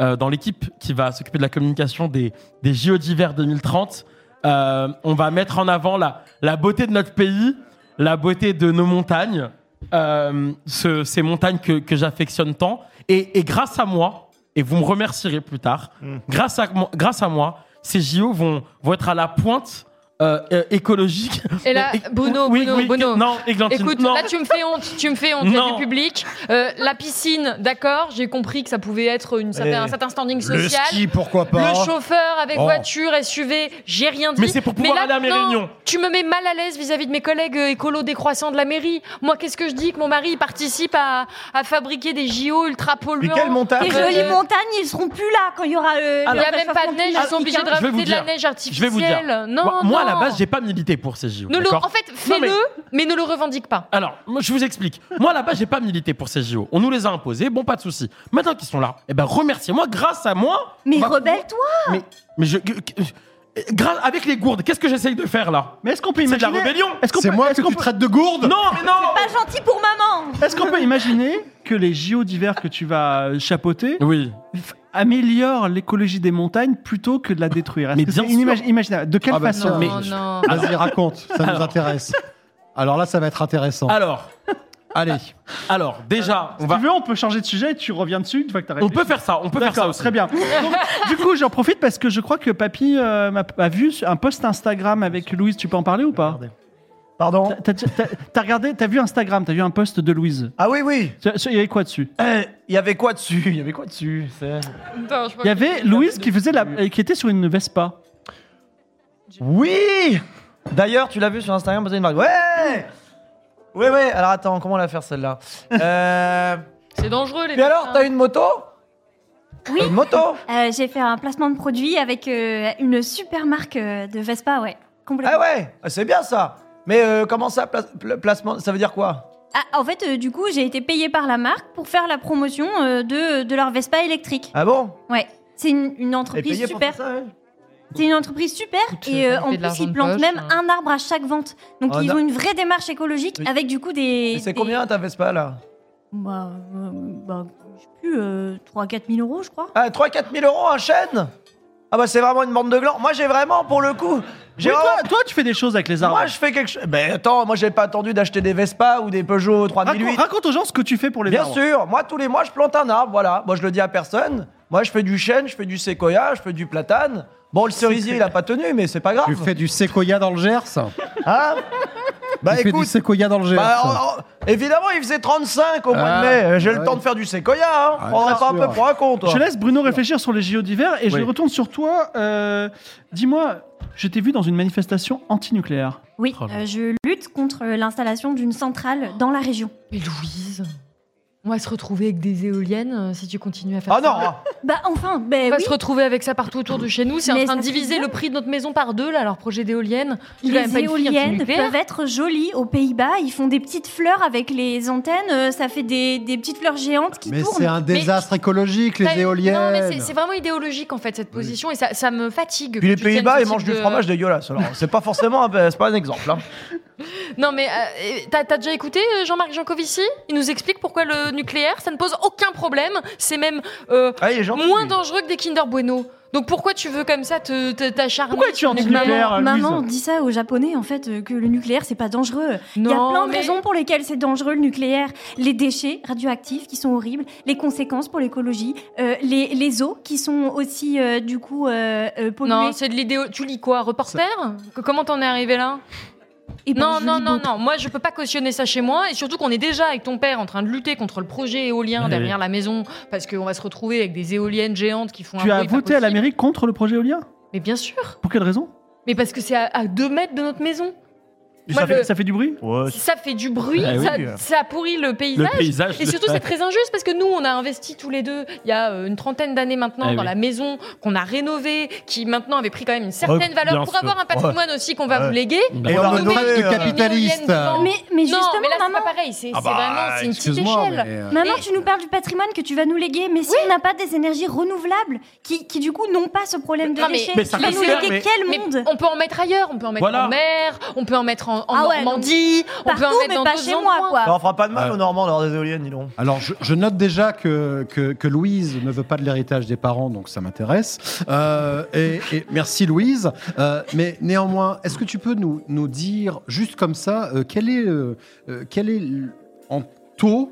[SPEAKER 2] euh, dans l'équipe qui va s'occuper de la communication des, des JO d'hiver 2030. Euh, on va mettre en avant la, la beauté de notre pays, la beauté de nos montagnes, euh, ce- ces montagnes que, que j'affectionne tant. Et, et grâce à moi, et vous me remercierez plus tard, grâce, à, moi- grâce à moi, ces JO vont, vont être à la pointe euh, euh, écologique.
[SPEAKER 3] Et là, Bruno,
[SPEAKER 2] Oui,
[SPEAKER 3] Oh, Bruno,
[SPEAKER 2] oui,
[SPEAKER 3] Bruno.
[SPEAKER 2] Non, Églantine,
[SPEAKER 3] Écoute,
[SPEAKER 2] non.
[SPEAKER 3] là tu me fais honte, tu me fais honte, il y a
[SPEAKER 2] Non.
[SPEAKER 3] du public. Euh, la piscine, d'accord, j'ai compris que ça pouvait être une certain-
[SPEAKER 6] Eh,
[SPEAKER 3] un certain standing
[SPEAKER 5] Le
[SPEAKER 3] social.
[SPEAKER 5] ski, pourquoi pas.
[SPEAKER 3] Le chauffeur avec
[SPEAKER 5] Oh.
[SPEAKER 3] voiture, SUV, j'ai rien dit.
[SPEAKER 2] Mais c'est pour pouvoir
[SPEAKER 3] là,
[SPEAKER 2] aller à mes
[SPEAKER 3] non,
[SPEAKER 2] réunions.
[SPEAKER 3] Tu me mets mal à l'aise vis-à-vis de mes collègues euh, écolos décroissants de la mairie. Moi, qu'est-ce que je dis Que mon mari il participe à, à fabriquer des JO ultra
[SPEAKER 6] Mais
[SPEAKER 3] polluants.
[SPEAKER 6] quel montage
[SPEAKER 4] Tes
[SPEAKER 3] Euh,
[SPEAKER 4] jolies montagnes, ils seront plus là quand il y aura le.
[SPEAKER 3] Il n'y
[SPEAKER 4] le
[SPEAKER 3] a même pas de
[SPEAKER 4] réchauffement
[SPEAKER 3] neige, ils sont
[SPEAKER 4] climatique,
[SPEAKER 3] obligés de
[SPEAKER 4] hein.
[SPEAKER 2] vais vous
[SPEAKER 3] rajouter de la
[SPEAKER 2] dire.
[SPEAKER 3] neige
[SPEAKER 2] Je vais
[SPEAKER 3] artificielle.
[SPEAKER 2] vous dire.
[SPEAKER 3] Non,
[SPEAKER 2] moi, moi, à
[SPEAKER 3] non.
[SPEAKER 2] la base, j'ai pas milité pour ces JO.
[SPEAKER 3] Ne le-
[SPEAKER 2] d'accord
[SPEAKER 3] en fait,
[SPEAKER 2] Non,
[SPEAKER 3] fais-le,
[SPEAKER 2] mais-
[SPEAKER 3] mais... ne le revendique pas.
[SPEAKER 2] Alors, moi, je vous explique. Moi, là-bas, j'ai pas milité pour ces JO. On nous les a imposés. Bon, pas de souci. Maintenant qu'ils sont là, eh ben, remerciez-moi. Grâce à moi.
[SPEAKER 4] Mais
[SPEAKER 2] Bah,
[SPEAKER 4] rebelle-toi
[SPEAKER 2] Mais, mais je. euh, grâce- avec les gourdes, qu'est-ce que j'essaye de faire là
[SPEAKER 1] Mais est-ce qu'on peut
[SPEAKER 2] C'est de la
[SPEAKER 1] imaginer.
[SPEAKER 2] rébellion.
[SPEAKER 1] Est-ce qu'on
[SPEAKER 5] C'est
[SPEAKER 1] peut-
[SPEAKER 5] moi
[SPEAKER 1] est-ce
[SPEAKER 5] que
[SPEAKER 1] qu'on
[SPEAKER 5] tu
[SPEAKER 1] peut-
[SPEAKER 5] traites de gourde
[SPEAKER 2] Non, mais non.
[SPEAKER 4] Pas gentil pour maman
[SPEAKER 1] Est-ce qu'on peut imaginer que les JO d'hiver que tu vas euh, chapeauter
[SPEAKER 2] Oui.
[SPEAKER 1] f- améliorent l'écologie des montagnes plutôt que de la détruire Est-ce
[SPEAKER 2] Mais
[SPEAKER 1] que
[SPEAKER 2] bien
[SPEAKER 1] c'est une
[SPEAKER 2] sûr.
[SPEAKER 1] image- imaginable De quelle
[SPEAKER 5] Ah bah
[SPEAKER 1] façon
[SPEAKER 5] ça,
[SPEAKER 3] Non,
[SPEAKER 2] mais-
[SPEAKER 3] non.
[SPEAKER 5] Vas-y, raconte, ça nous
[SPEAKER 2] Alors. Ah.
[SPEAKER 5] intéresse. Alors là, ça va être intéressant.
[SPEAKER 2] Alors,
[SPEAKER 5] Allez,
[SPEAKER 2] alors, déjà, on
[SPEAKER 1] Si
[SPEAKER 2] va.
[SPEAKER 1] tu veux, on peut changer de sujet et tu reviens dessus une fois que tu
[SPEAKER 2] On peut faire ça. On peut faire ça
[SPEAKER 1] D'accord,
[SPEAKER 2] aussi.
[SPEAKER 1] très bien. Donc, du coup, j'en profite parce que je crois que Papy euh, m'a a vu un post Instagram avec Louise. Tu peux en parler ou pas
[SPEAKER 6] Pardon
[SPEAKER 1] T'as- T'as t'as- t'as regardé, t'as vu Instagram, t'as vu un post de Louise.
[SPEAKER 6] Ah oui, oui.
[SPEAKER 1] Ça- ça- Il y avait quoi dessus
[SPEAKER 6] Eh, Il y avait quoi dessus Il y avait quoi dessus c'est-
[SPEAKER 3] Attends, je crois
[SPEAKER 1] Il y
[SPEAKER 3] que-
[SPEAKER 1] avait Louise qui faisait la, euh, qui était sur une Vespa.
[SPEAKER 6] Oui D'ailleurs, tu l'as vu sur Instagram, poser une marque. Ouais Ouais, ouais. Alors attends, comment on va faire celle-là euh...
[SPEAKER 3] C'est dangereux les
[SPEAKER 6] Mais alors,
[SPEAKER 3] mecs,
[SPEAKER 6] t'as
[SPEAKER 3] hein.
[SPEAKER 6] une moto
[SPEAKER 4] Oui.
[SPEAKER 6] Une moto
[SPEAKER 4] Euh, J'ai fait un placement de produit avec euh, une super marque euh, de Vespa, ouais. Complètement.
[SPEAKER 6] Ah ouais Ah, C'est bien ça Mais euh, comment ça, pla- pla- placement Ça veut dire quoi
[SPEAKER 4] Ah, en fait, euh, du coup, j'ai été payée par la marque pour faire la promotion euh, de, de leur Vespa électrique.
[SPEAKER 6] Ah bon
[SPEAKER 4] Ouais. C'est une, une
[SPEAKER 6] Elle est
[SPEAKER 4] entreprise
[SPEAKER 6] payée pour
[SPEAKER 4] super.
[SPEAKER 6] faire ça, elle
[SPEAKER 4] C'est une entreprise super
[SPEAKER 3] Écoute,
[SPEAKER 4] et
[SPEAKER 3] ça
[SPEAKER 4] euh,
[SPEAKER 3] lui
[SPEAKER 4] en
[SPEAKER 3] fait de
[SPEAKER 4] plus
[SPEAKER 3] l'argent
[SPEAKER 4] ils
[SPEAKER 3] de
[SPEAKER 4] plantent
[SPEAKER 3] poche,
[SPEAKER 4] même
[SPEAKER 3] hein.
[SPEAKER 4] un arbre à chaque vente. Donc
[SPEAKER 6] Oh,
[SPEAKER 4] ils
[SPEAKER 6] non.
[SPEAKER 4] ont une vraie démarche écologique
[SPEAKER 6] Mais-
[SPEAKER 4] avec du coup des.
[SPEAKER 6] Mais c'est
[SPEAKER 4] des-
[SPEAKER 6] combien ta Vespa là
[SPEAKER 4] bah, euh, bah, je sais plus, euh, 3-4 000 euros je crois.
[SPEAKER 6] Ah, 3-4 000 euros un chêne Ah bah c'est vraiment une bande de glands. Moi j'ai vraiment pour le coup. J'ai
[SPEAKER 1] Oui, toi,
[SPEAKER 6] vraiment-
[SPEAKER 1] toi, tu fais des choses avec les arbres.
[SPEAKER 6] Moi je fais quelque chose. Mais attends, moi j'ai pas attendu d'acheter des Vespa ou des Peugeot
[SPEAKER 1] Raconte,
[SPEAKER 6] 3008.
[SPEAKER 1] raconte aux gens ce que tu fais pour les
[SPEAKER 6] Ah, Bien
[SPEAKER 1] arbres.
[SPEAKER 6] sûr, moi tous les mois je plante un arbre, voilà. Moi je le dis à personne. Moi je fais du chêne, je fais du séquoia, je fais du platane. Bon, le cerisier il a pas tenu, mais c'est pas grave.
[SPEAKER 5] tu fais du séquoia dans le Gers
[SPEAKER 6] Hein Bah
[SPEAKER 5] Tu fais du
[SPEAKER 6] écoute,
[SPEAKER 5] séquoia dans le Gers
[SPEAKER 6] bah, oh, oh, évidemment il faisait 35 au mois
[SPEAKER 5] Ah,
[SPEAKER 6] de mai. Euh, J'ai le
[SPEAKER 5] ouais.
[SPEAKER 6] temps de faire du séquoia, hein.
[SPEAKER 5] Ah,
[SPEAKER 6] Prendrais
[SPEAKER 5] bien
[SPEAKER 6] pas un
[SPEAKER 5] sûr.
[SPEAKER 6] peu pour un con, toi.
[SPEAKER 1] Je laisse Bruno réfléchir sur les JO d'hiver et je
[SPEAKER 2] Oui.
[SPEAKER 1] retourne sur toi. Euh, Dis-moi, je t'ai vu dans une manifestation antinucléaire.
[SPEAKER 4] Oui,
[SPEAKER 2] Oh là.
[SPEAKER 4] euh, je lutte contre l'installation d'une centrale dans la région.
[SPEAKER 3] Mais Louise, on va se retrouver avec des éoliennes euh, si tu continues à faire
[SPEAKER 6] Ah
[SPEAKER 3] ça.
[SPEAKER 6] non, ah,
[SPEAKER 4] Bah enfin, ben
[SPEAKER 3] On va
[SPEAKER 4] oui,
[SPEAKER 3] se retrouver avec ça partout autour de chez nous. C'est en
[SPEAKER 4] Mais
[SPEAKER 3] train de
[SPEAKER 4] ça fait
[SPEAKER 3] diviser
[SPEAKER 4] bien.
[SPEAKER 3] le prix de notre maison par deux, là, leur projet d'éolienne. Tu veux même pas
[SPEAKER 4] les
[SPEAKER 3] une fille
[SPEAKER 4] éoliennes
[SPEAKER 3] antinucléaire
[SPEAKER 4] peuvent être jolies aux Pays-Bas. Ils font des petites fleurs avec les antennes. euh, Ça fait des, des petites fleurs géantes qui
[SPEAKER 5] Mais
[SPEAKER 4] tournent.
[SPEAKER 5] c'est un désastre écologique, les
[SPEAKER 3] T'as-
[SPEAKER 5] éoliennes.
[SPEAKER 3] Non, mais c'est- c'est vraiment idéologique en fait cette position et ça, ça me fatigue.
[SPEAKER 6] Puis
[SPEAKER 3] que
[SPEAKER 6] les
[SPEAKER 3] tu tiennes
[SPEAKER 6] Pays-Bas,
[SPEAKER 3] ce
[SPEAKER 6] ils
[SPEAKER 3] type
[SPEAKER 6] mangent du
[SPEAKER 3] de-
[SPEAKER 6] fromage dégueulasse. Alors, c'est pas forcément, un- c'est pas un exemple. hein.
[SPEAKER 3] Non mais euh, t'as t'as déjà écouté euh, Jean-Marc Jancovici Il nous explique pourquoi le nucléaire, ça ne pose aucun problème. C'est même euh,
[SPEAKER 6] Ah, il est gentil,
[SPEAKER 3] moins
[SPEAKER 6] lui.
[SPEAKER 3] dangereux que des Kinder Bueno. Donc pourquoi tu veux comme ça te- te- t'acharner
[SPEAKER 1] Pourquoi tu es
[SPEAKER 3] sur le nucléaire
[SPEAKER 1] anti-nucléaire, Louise
[SPEAKER 4] Maman, on dit ça aux Japonais, en fait, euh, que le nucléaire, c'est pas dangereux. Il y a
[SPEAKER 3] Non,
[SPEAKER 4] plein de
[SPEAKER 3] mais-
[SPEAKER 4] raisons pour lesquelles c'est dangereux, le nucléaire. Les déchets radioactifs qui sont horribles, les conséquences pour l'écologie, euh, les, les eaux qui sont aussi, euh, du coup, euh, euh, polluées.
[SPEAKER 3] Non, c'est de l'idéo. Tu lis quoi, reporter Que- Comment t'en es arrivé là
[SPEAKER 4] Eh ben,
[SPEAKER 3] Non,
[SPEAKER 4] je
[SPEAKER 3] non,
[SPEAKER 4] lis
[SPEAKER 3] non,
[SPEAKER 4] beaucoup.
[SPEAKER 3] non. Moi, je peux pas cautionner ça chez moi. Et surtout qu'on est déjà avec ton père en train de lutter contre le projet éolien
[SPEAKER 2] Oui.
[SPEAKER 3] derrière la maison parce qu'on va se retrouver avec des éoliennes géantes qui font. un
[SPEAKER 1] Tu as
[SPEAKER 3] bruit pas
[SPEAKER 1] voté à
[SPEAKER 3] possible.
[SPEAKER 1] l'Amérique contre le projet éolien
[SPEAKER 3] Mais bien sûr.
[SPEAKER 1] Pour quelle raison
[SPEAKER 3] Mais parce que c'est à, à deux mètres de notre maison.
[SPEAKER 1] ça,
[SPEAKER 3] Moi,
[SPEAKER 1] fait,
[SPEAKER 3] le-
[SPEAKER 1] ça fait du bruit
[SPEAKER 6] Ouais,
[SPEAKER 3] Ça fait du bruit.
[SPEAKER 2] Ah Euh, oui.
[SPEAKER 3] ça, ça pourrit le
[SPEAKER 2] Le
[SPEAKER 3] paysage.
[SPEAKER 2] paysage.
[SPEAKER 3] Et
[SPEAKER 2] de-
[SPEAKER 3] surtout, c'est très injuste parce que nous, on a investi tous les deux il y a euh, une trentaine d'années maintenant
[SPEAKER 2] Eh
[SPEAKER 3] dans
[SPEAKER 2] oui.
[SPEAKER 3] la maison qu'on a rénovée, qui maintenant avait pris quand même une certaine
[SPEAKER 2] Re-
[SPEAKER 3] valeur
[SPEAKER 2] bien
[SPEAKER 3] pour
[SPEAKER 2] sûr.
[SPEAKER 3] avoir un patrimoine aussi qu'on va
[SPEAKER 6] Ouais.
[SPEAKER 3] vous léguer.
[SPEAKER 2] Bah,
[SPEAKER 6] Et
[SPEAKER 5] Et
[SPEAKER 6] on
[SPEAKER 5] on
[SPEAKER 6] a
[SPEAKER 5] me
[SPEAKER 6] nommé,
[SPEAKER 5] traite
[SPEAKER 6] euh,
[SPEAKER 5] de
[SPEAKER 3] une
[SPEAKER 5] capitaliste.
[SPEAKER 3] éolienne
[SPEAKER 4] Mais, mais
[SPEAKER 3] non,
[SPEAKER 4] justement,
[SPEAKER 3] mais là, c'est
[SPEAKER 4] maman,
[SPEAKER 3] pas pareil. C'est
[SPEAKER 6] Ah
[SPEAKER 3] c'est
[SPEAKER 6] bah,
[SPEAKER 3] vraiment c'est une petite
[SPEAKER 5] Excuse-moi,
[SPEAKER 3] échelle.
[SPEAKER 5] mais, euh,
[SPEAKER 4] Maman,
[SPEAKER 3] Et-
[SPEAKER 4] tu nous parles du patrimoine que tu vas nous léguer, mais si on n'a pas des énergies renouvelables qui, qui du coup, n'ont pas ce problème de
[SPEAKER 3] Non, mais-
[SPEAKER 4] déchets,
[SPEAKER 2] mais
[SPEAKER 4] tu
[SPEAKER 2] ça
[SPEAKER 4] vas nous
[SPEAKER 2] concerne-
[SPEAKER 4] léguer
[SPEAKER 2] mais-
[SPEAKER 4] quel
[SPEAKER 3] Mais
[SPEAKER 4] monde
[SPEAKER 3] on peut en mettre ailleurs, on peut en mettre
[SPEAKER 2] Voilà.
[SPEAKER 3] en mer, on peut en mettre en, en
[SPEAKER 4] Ah ouais,
[SPEAKER 3] Normandie, on peut en
[SPEAKER 4] Partout,
[SPEAKER 3] mettre
[SPEAKER 4] mais
[SPEAKER 3] dans
[SPEAKER 4] pas
[SPEAKER 3] d'autres
[SPEAKER 4] chez moi,
[SPEAKER 3] endroits.
[SPEAKER 4] quoi.
[SPEAKER 6] Ça en fera pas de mal
[SPEAKER 2] Ouais.
[SPEAKER 6] aux Normands d'avoir des éoliennes, dis donc.
[SPEAKER 5] Alors, je, je note déjà que, que, que Louise ne veut pas de l'héritage des parents, donc ça m'intéresse. Euh, et, et merci Louise. Euh, mais néanmoins, est-ce que tu peux nous, nous dire, juste comme ça, euh, quel est, euh, euh, quel est l- en taux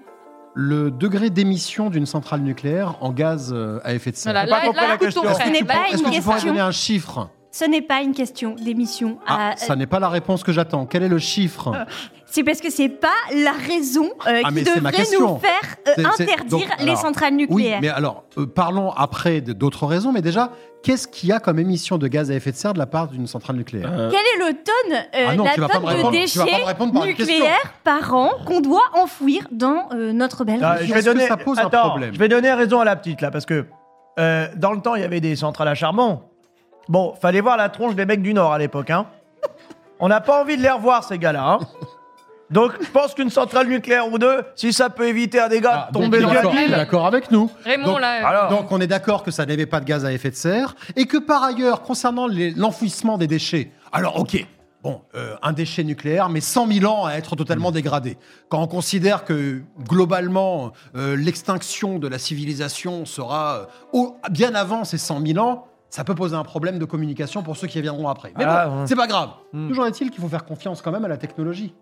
[SPEAKER 5] le degré d'émission d'une centrale nucléaire en gaz euh, à effet de serre
[SPEAKER 3] Voilà,
[SPEAKER 6] J'ai pas
[SPEAKER 3] là,
[SPEAKER 6] compris
[SPEAKER 3] là,
[SPEAKER 6] la
[SPEAKER 3] écoute
[SPEAKER 6] question.
[SPEAKER 3] ton
[SPEAKER 6] Est-ce
[SPEAKER 3] frère.
[SPEAKER 4] que tu
[SPEAKER 3] Là,
[SPEAKER 4] penses-
[SPEAKER 3] écoute
[SPEAKER 5] Est-ce
[SPEAKER 4] une
[SPEAKER 5] que tu pourrais
[SPEAKER 4] question.
[SPEAKER 5] donner un chiffre
[SPEAKER 4] Ce n'est pas une question d'émission.
[SPEAKER 5] Ah,
[SPEAKER 4] à-
[SPEAKER 5] ça n'est pas la réponse que j'attends. Quel est le chiffre
[SPEAKER 4] C'est parce que c'est pas la raison euh,
[SPEAKER 5] Ah,
[SPEAKER 4] qui
[SPEAKER 5] mais c'est ma
[SPEAKER 4] devrait nous
[SPEAKER 5] question.
[SPEAKER 4] faire euh,
[SPEAKER 5] C'est- c'est-
[SPEAKER 4] interdire
[SPEAKER 5] donc,
[SPEAKER 4] les
[SPEAKER 5] alors,
[SPEAKER 4] centrales nucléaires.
[SPEAKER 5] Oui, mais alors, euh, parlons après de- d'autres raisons, mais déjà, qu'est-ce qu'il y a comme émission de gaz à effet de serre de la part d'une centrale nucléaire
[SPEAKER 2] Euh,
[SPEAKER 4] Quel est le tonne, euh,
[SPEAKER 5] Ah non,
[SPEAKER 4] la
[SPEAKER 5] tu vas pas
[SPEAKER 4] tonne
[SPEAKER 5] me répondre.
[SPEAKER 4] de
[SPEAKER 5] Tu vas pas me
[SPEAKER 4] déchets
[SPEAKER 5] répondre par une question.
[SPEAKER 4] nucléaires par an qu'on doit enfouir dans euh, notre belle
[SPEAKER 6] Ah,
[SPEAKER 4] région
[SPEAKER 6] je vais
[SPEAKER 5] Est-ce que
[SPEAKER 6] donner.
[SPEAKER 5] ça pose un
[SPEAKER 6] Attends,
[SPEAKER 5] problème
[SPEAKER 6] Je vais donner raison à la petite là, parce que euh, dans le temps, il y avait des centrales à charbon. Bon, fallait voir la tronche des mecs du Nord à l'époque. Hein. On n'a pas envie de les revoir ces gars-là. hein. Donc, je pense qu'une centrale nucléaire ou deux, si ça peut éviter à des gars
[SPEAKER 5] Ah,
[SPEAKER 6] de
[SPEAKER 5] donc,
[SPEAKER 6] tomber
[SPEAKER 5] il est
[SPEAKER 6] dans la
[SPEAKER 5] d'accord, il est
[SPEAKER 6] ville.
[SPEAKER 5] d'accord avec nous.
[SPEAKER 3] Raymond,
[SPEAKER 5] Donc-
[SPEAKER 3] là. euh,
[SPEAKER 6] Alors,
[SPEAKER 5] Donc on est d'accord que ça n'émet pas de gaz à effet de serre et que par ailleurs, concernant les- l'enfouissement des déchets, alors ok, bon, euh, un déchet nucléaire, mais 100 000 ans à être totalement
[SPEAKER 6] Mm.
[SPEAKER 5] dégradé. Quand on considère que globalement, euh, l'extinction de la civilisation sera euh, au- bien avant ces 100 000 ans, ça peut poser un problème de communication pour ceux qui viendront après. Mais bon,
[SPEAKER 6] Ah, ouais.
[SPEAKER 5] c'est pas grave. Toujours est-il qu'il faut faire confiance quand même à la technologie.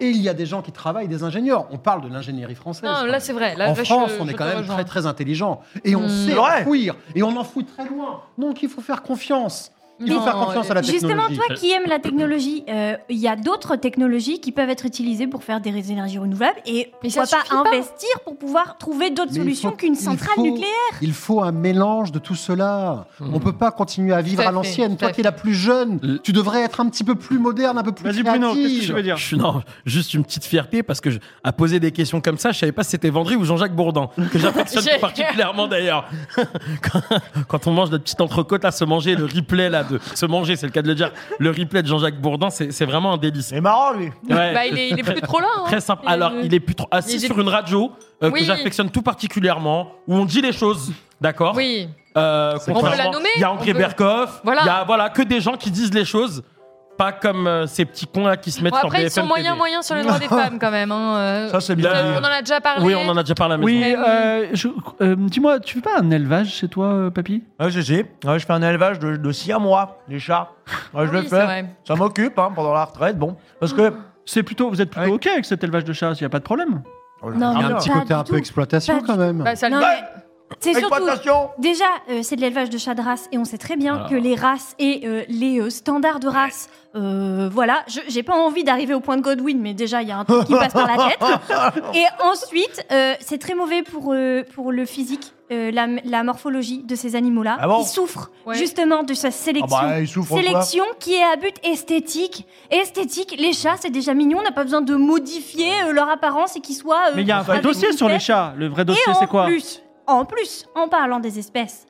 [SPEAKER 5] Et il y a des gens qui travaillent, des ingénieurs. On parle de l'ingénierie française.
[SPEAKER 3] Non,
[SPEAKER 5] quand
[SPEAKER 3] là,
[SPEAKER 5] même
[SPEAKER 3] c'est vrai. Là,
[SPEAKER 5] en
[SPEAKER 3] là, Bah, je-
[SPEAKER 5] France, on
[SPEAKER 3] je
[SPEAKER 5] est
[SPEAKER 3] te
[SPEAKER 5] quand même
[SPEAKER 3] rejoins. Hmm.
[SPEAKER 5] très très intelligent et on sait
[SPEAKER 6] vrai.
[SPEAKER 5] enfouir et on enfouit très loin. Donc il faut faire confiance. Il
[SPEAKER 3] Non,
[SPEAKER 5] faut faire confiance à la technologie.
[SPEAKER 4] Justement, toi qui aimes la technologie, euh, il y a d'autres technologies qui peuvent être utilisées pour faire des énergies renouvelables et
[SPEAKER 3] Mais
[SPEAKER 4] pourquoi
[SPEAKER 3] ça
[SPEAKER 4] pas
[SPEAKER 3] suffit pas.
[SPEAKER 4] investir pour pouvoir trouver d'autres
[SPEAKER 5] Mais il
[SPEAKER 4] solutions
[SPEAKER 5] faut-
[SPEAKER 4] qu'une
[SPEAKER 5] il
[SPEAKER 4] centrale
[SPEAKER 5] faut-
[SPEAKER 4] nucléaire.
[SPEAKER 5] Il faut un mélange de tout cela.
[SPEAKER 2] Hmm.
[SPEAKER 5] On peut pas continuer à vivre
[SPEAKER 3] Tout à
[SPEAKER 5] à
[SPEAKER 3] fait,
[SPEAKER 5] l'ancienne.
[SPEAKER 3] tout à
[SPEAKER 5] Toi qui es la plus jeune, tu devrais être un petit peu plus moderne, un peu plus
[SPEAKER 1] Vas-y, Bruno, qu'est-ce que
[SPEAKER 5] créative.
[SPEAKER 1] tu veux dire
[SPEAKER 2] Je suis non, juste une petite fierté parce que je- à poser des questions comme ça, je savais pas si c'était Vendry ou Jean-Jacques Bourdin que j'affectionne
[SPEAKER 3] J'ai-
[SPEAKER 2] particulièrement d'ailleurs. quand, quand on mange notre petite entrecôte là, se manger le replay là de se manger, c'est le cas de le dire, le replay de Jean-Jacques Bourdin, c'est c'est vraiment un délice.
[SPEAKER 6] C'est marrant, lui.
[SPEAKER 2] Ouais.
[SPEAKER 3] Bah, il est, il est plus trop là. hein.
[SPEAKER 2] Très simple.
[SPEAKER 3] Il est-
[SPEAKER 2] Alors, il est plus trop assis
[SPEAKER 3] il est-
[SPEAKER 2] sur une radio euh,
[SPEAKER 3] Oui.
[SPEAKER 2] que j'affectionne tout particulièrement, où on dit les choses, d'accord
[SPEAKER 3] Oui.
[SPEAKER 2] Euh,
[SPEAKER 5] C'est
[SPEAKER 2] contrairement-
[SPEAKER 3] clair. On peut la nommer,
[SPEAKER 2] Il y a
[SPEAKER 3] on
[SPEAKER 2] André
[SPEAKER 3] peut-
[SPEAKER 2] Berkoff,
[SPEAKER 3] Voilà.
[SPEAKER 2] il y a voilà, que des gens qui disent les choses, pas comme euh, ces petits cons là qui se mettent
[SPEAKER 3] Bon,
[SPEAKER 2] sur
[SPEAKER 3] après, ils
[SPEAKER 2] BFM
[SPEAKER 3] sont moyens,
[SPEAKER 2] TV.
[SPEAKER 3] moyens sur les droits des femmes quand même. hein, euh.
[SPEAKER 6] Ça, c'est bien.
[SPEAKER 3] On en a déjà parlé.
[SPEAKER 2] Oui, on en a déjà parlé à la maison.
[SPEAKER 1] Oui, euh, je- euh, dis-moi, tu fais pas un élevage chez toi, euh, papy
[SPEAKER 6] Ouais, j'ai- j'ai. Ouais, je fais un élevage de, de six à mois, les chats. Ouais, je
[SPEAKER 3] Ah Oui,
[SPEAKER 6] le
[SPEAKER 3] c'est
[SPEAKER 6] fais.
[SPEAKER 3] vrai.
[SPEAKER 6] Ça m'occupe hein, pendant la retraite, bon. Parce que.
[SPEAKER 1] C'est plutôt, vous êtes plutôt
[SPEAKER 6] Ouais.
[SPEAKER 1] ok avec cet élevage de chats, il y a pas de problème.
[SPEAKER 4] Non,
[SPEAKER 5] Oh Il y a
[SPEAKER 4] mais
[SPEAKER 5] un petit
[SPEAKER 4] pas
[SPEAKER 5] côté un
[SPEAKER 4] du
[SPEAKER 5] peu
[SPEAKER 4] tout.
[SPEAKER 5] exploitation
[SPEAKER 4] Pas du
[SPEAKER 5] quand même.
[SPEAKER 3] Bah, ça le-
[SPEAKER 4] Non,
[SPEAKER 6] Ouais.
[SPEAKER 4] C'est surtout
[SPEAKER 6] Exploitation
[SPEAKER 4] Déjà, euh, c'est de l'élevage de chats de race et on sait très bien
[SPEAKER 2] Ah.
[SPEAKER 4] que les races et euh, les euh, standards de race, euh, voilà, je- j'ai pas envie d'arriver au point de Godwin, mais déjà il y a un truc qui passe par la tête. Et ensuite, euh, c'est très mauvais pour, euh, pour le physique, euh, la, la morphologie de ces animaux-là.
[SPEAKER 6] Ah bon
[SPEAKER 4] Ils souffrent
[SPEAKER 3] Ouais.
[SPEAKER 4] justement de sa
[SPEAKER 6] Ah
[SPEAKER 4] sélection.
[SPEAKER 6] bah, ils souffrent quoi
[SPEAKER 4] Sélection qui est à but esthétique. Esthétique, les chats, c'est déjà mignon, on n'a pas besoin de modifier euh, leur apparence et qu'ils soient. euh,
[SPEAKER 1] Mais il y a un vrai
[SPEAKER 4] avec
[SPEAKER 1] dossier
[SPEAKER 4] une
[SPEAKER 1] sur les
[SPEAKER 4] tête
[SPEAKER 1] chats. Le vrai dossier,
[SPEAKER 4] et en
[SPEAKER 1] c'est quoi
[SPEAKER 4] plus, en plus, en parlant des espèces,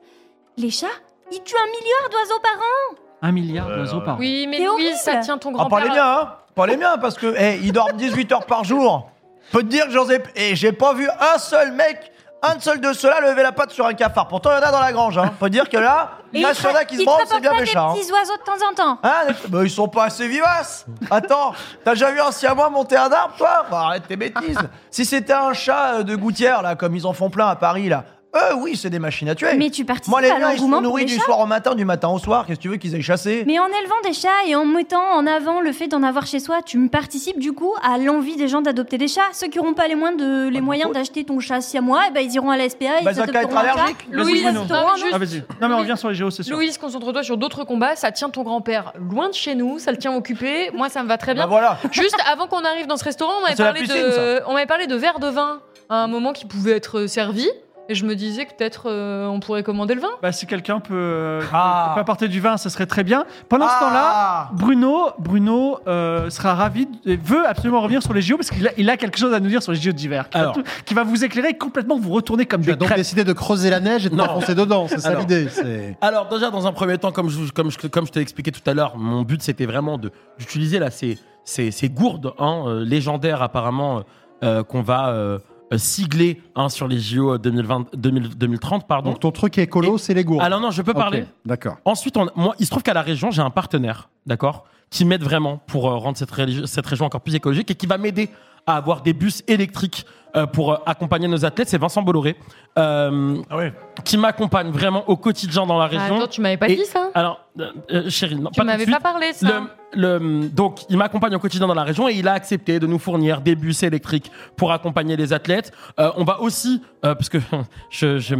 [SPEAKER 4] les chats, ils tuent un milliard d'oiseaux par an.
[SPEAKER 1] Un milliard
[SPEAKER 6] Euh,
[SPEAKER 1] d'oiseaux par an.
[SPEAKER 3] Oui, mais
[SPEAKER 4] C'est
[SPEAKER 3] Louise,
[SPEAKER 4] horrible.
[SPEAKER 3] ça tient ton
[SPEAKER 6] Ah, parlez
[SPEAKER 3] grand-père.
[SPEAKER 6] bien, hein Parlez bien, parce que, eh, ils dorment 18 heures par jour. Peux te dire que j'en ai... Et j'ai pas vu un seul mec, un seul de ceux-là lever la patte sur un cafard. Pourtant, il y en a dans la grange, hein. Faut dire que là, il y en
[SPEAKER 4] ils
[SPEAKER 6] a sur là qui se
[SPEAKER 4] ils
[SPEAKER 6] branlent,
[SPEAKER 4] te
[SPEAKER 6] c'est
[SPEAKER 4] rapportent
[SPEAKER 6] bien
[SPEAKER 4] pas des
[SPEAKER 6] méchant. hein.
[SPEAKER 4] petits oiseaux de temps en temps.
[SPEAKER 6] Hein, les- bah, ils sont pas assez vivaces. Attends, t'as déjà vu un siamois monter un arbre, toi Bah, Arrête tes bêtises. Si c'était un chat euh, de gouttière, là, comme ils en font plein à Paris, là, Eux, oui, c'est des machines à tuer.
[SPEAKER 4] Mais tu participes
[SPEAKER 6] Moi, les
[SPEAKER 4] à
[SPEAKER 6] miens, ils
[SPEAKER 4] l'engouement pour
[SPEAKER 6] sont nourris
[SPEAKER 4] les
[SPEAKER 6] du
[SPEAKER 4] chats.
[SPEAKER 6] soir au matin, du matin au soir. Qu'est-ce que tu veux qu'ils aillent chasser
[SPEAKER 4] Mais en élevant des chats et en mettant en avant le fait d'en avoir chez soi, tu me participes du coup à l'envie des gens d'adopter des chats. Ceux qui n'auront pas les moyens, de, les moyens d'acheter ton chat si à moi, eh ben, ils iront à la SPA, ils
[SPEAKER 6] Bazaka Bah, est
[SPEAKER 4] adopteront un chat.
[SPEAKER 6] allergique
[SPEAKER 1] Vas-y,
[SPEAKER 3] Louise,
[SPEAKER 4] ils
[SPEAKER 1] Bruno.
[SPEAKER 3] non,
[SPEAKER 4] adopteront un
[SPEAKER 3] juste-
[SPEAKER 1] Ah, vas-y. Non, mais on revient sur les géos, c'est sûr.
[SPEAKER 3] Louise, concentre-toi sur d'autres combats. Ça tient ton grand-père loin de chez nous, ça le tient occupé. Moi, ça me va très bien.
[SPEAKER 6] Bah voilà.
[SPEAKER 3] Juste avant qu'on arrive dans ce restaurant, on m'avait
[SPEAKER 6] C'est la
[SPEAKER 3] parlé,
[SPEAKER 6] piscine,
[SPEAKER 3] de... on m'avait parlé de verre de vin à un moment qui pouvait être euh, servi. Et je me disais que peut-être euh, on pourrait commander le vin.
[SPEAKER 1] Bah, si quelqu'un peut, euh,
[SPEAKER 6] Ah.
[SPEAKER 1] peut apporter du vin, ce serait très bien. Pendant ce temps-là,
[SPEAKER 6] Ah
[SPEAKER 1] Bruno, Bruno euh, sera ravi, de- et veut absolument revenir sur les JO parce qu'il a, il a quelque chose à nous dire sur les JO d'hiver qui, va
[SPEAKER 2] Alors.
[SPEAKER 1] tout- qui va vous éclairer et complètement vous retourner comme
[SPEAKER 5] Tu as
[SPEAKER 1] des
[SPEAKER 5] donc
[SPEAKER 1] crêpes.
[SPEAKER 5] décidé de creuser la neige et de
[SPEAKER 2] Non.
[SPEAKER 5] t'enfoncer dedans, c'est ça
[SPEAKER 2] Alors.
[SPEAKER 5] l'idée. c'est-
[SPEAKER 2] Alors déjà dans un premier temps, comme je, comme je, comme je t'ai expliqué tout à l'heure, mon but c'était vraiment de- d'utiliser là ces, ces, ces gourdes hein, euh, légendaires apparemment euh, qu'on va euh, euh, sigler hein, sur les JO 2020, 2000 2030 pardon.
[SPEAKER 5] Donc ton truc écolo, c'est les gourdes.
[SPEAKER 2] Alors non, je peux
[SPEAKER 5] Ok,
[SPEAKER 2] parler.
[SPEAKER 5] D'accord.
[SPEAKER 2] Ensuite, on- moi, il se trouve qu'à la région, j'ai un partenaire, d'accord, qui m'aide vraiment pour euh, rendre cette, régi- cette région encore plus écologique et qui va m'aider à avoir des bus électriques euh, pour euh, accompagner nos athlètes. C'est Vincent Bolloré, euh,
[SPEAKER 6] Ah oui.
[SPEAKER 2] qui m'accompagne vraiment au quotidien dans la région.
[SPEAKER 3] Attends, tu m'avais pas
[SPEAKER 2] Et-
[SPEAKER 3] dit ça
[SPEAKER 2] Alors, euh, euh, chérie, non,
[SPEAKER 3] Ah, Tu
[SPEAKER 2] pas tout de
[SPEAKER 3] m'avais
[SPEAKER 2] suite.
[SPEAKER 3] pas parlé ça.
[SPEAKER 2] Le, le- donc, il m'accompagne au quotidien dans la région et il a accepté de nous fournir des bus électriques pour accompagner les athlètes. Euh, on va aussi, euh, parce que je, je-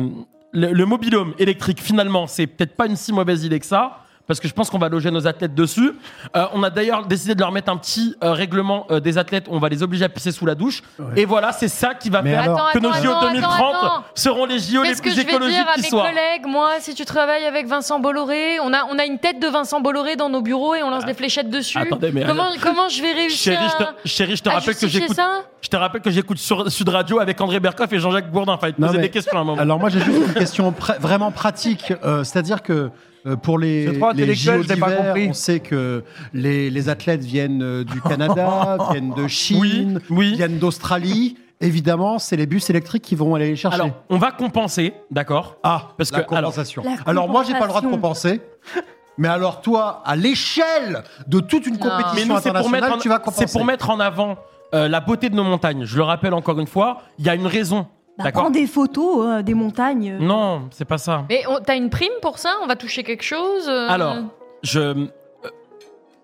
[SPEAKER 2] le, le mobilhome électrique, finalement, c'est peut-être pas une si mauvaise idée que ça. Parce que je pense qu'on va loger nos athlètes dessus. Euh, on a d'ailleurs décidé de leur mettre un petit euh, règlement euh, des athlètes. On va les obliger à pisser sous la douche. Et voilà, c'est ça qui va
[SPEAKER 5] Mais
[SPEAKER 2] faire
[SPEAKER 5] alors-
[SPEAKER 2] que nos JO
[SPEAKER 3] attends,
[SPEAKER 2] 2030
[SPEAKER 3] attends.
[SPEAKER 2] seront les JO les
[SPEAKER 3] Qu'est-ce que
[SPEAKER 2] plus
[SPEAKER 3] je vais
[SPEAKER 2] écologiques
[SPEAKER 3] dire à
[SPEAKER 2] qui
[SPEAKER 3] mes
[SPEAKER 2] soient.
[SPEAKER 3] collègues Moi, si tu travailles avec Vincent Bolloré, on a, on a une tête de Vincent Bolloré dans nos bureaux et on lance des fléchettes dessus.
[SPEAKER 2] Ah. attendez, mais
[SPEAKER 3] comment, comment je vais réussir
[SPEAKER 2] Chérie, je
[SPEAKER 3] à-
[SPEAKER 2] te, chérie, je te
[SPEAKER 3] euh, à
[SPEAKER 2] rappelle que
[SPEAKER 3] justifier
[SPEAKER 2] j'écoute
[SPEAKER 3] ça
[SPEAKER 2] Je te rappelle que j'écoute sur Sud Radio avec André Berkoff et Jean-Jacques Bourdin. Enfin, ils te
[SPEAKER 5] Non,
[SPEAKER 2] posaient
[SPEAKER 5] mais-
[SPEAKER 2] des questions à un moment.
[SPEAKER 5] Alors moi j'ai juste une question pra- vraiment pratique, euh, c'est-à-dire que euh, pour les,
[SPEAKER 6] C'est trop
[SPEAKER 5] les
[SPEAKER 6] intellectuel,
[SPEAKER 5] JO
[SPEAKER 6] j'ai pas
[SPEAKER 5] d'hiver,
[SPEAKER 6] compris.
[SPEAKER 5] on sait que les, les athlètes viennent euh, du Canada, viennent de Chine,
[SPEAKER 2] Oui, oui.
[SPEAKER 5] viennent d'Australie. Évidemment, c'est les bus électriques qui vont aller les chercher.
[SPEAKER 2] Alors, on va compenser, d'accord
[SPEAKER 5] ah,
[SPEAKER 2] parce
[SPEAKER 5] la
[SPEAKER 2] que- alors-
[SPEAKER 5] compensation.
[SPEAKER 4] La
[SPEAKER 5] Alors, moi j'ai pas le droit de
[SPEAKER 4] compensation.
[SPEAKER 5] compenser. Mais alors toi, à l'échelle de toute une
[SPEAKER 3] Non.
[SPEAKER 5] compétition
[SPEAKER 2] Mais nous, c'est pour,
[SPEAKER 5] internationale,
[SPEAKER 2] mettre en-
[SPEAKER 5] tu vas compenser.
[SPEAKER 2] c'est pour mettre en avant euh, la beauté de nos montagnes. Je le rappelle encore une fois, il y a une raison,
[SPEAKER 4] Bah,
[SPEAKER 2] d'accord
[SPEAKER 4] prends des photos euh, des montagnes.
[SPEAKER 2] Non, c'est pas ça.
[SPEAKER 3] Mais on- t'as une prime pour ça On va toucher quelque chose euh,
[SPEAKER 2] Alors, je... euh,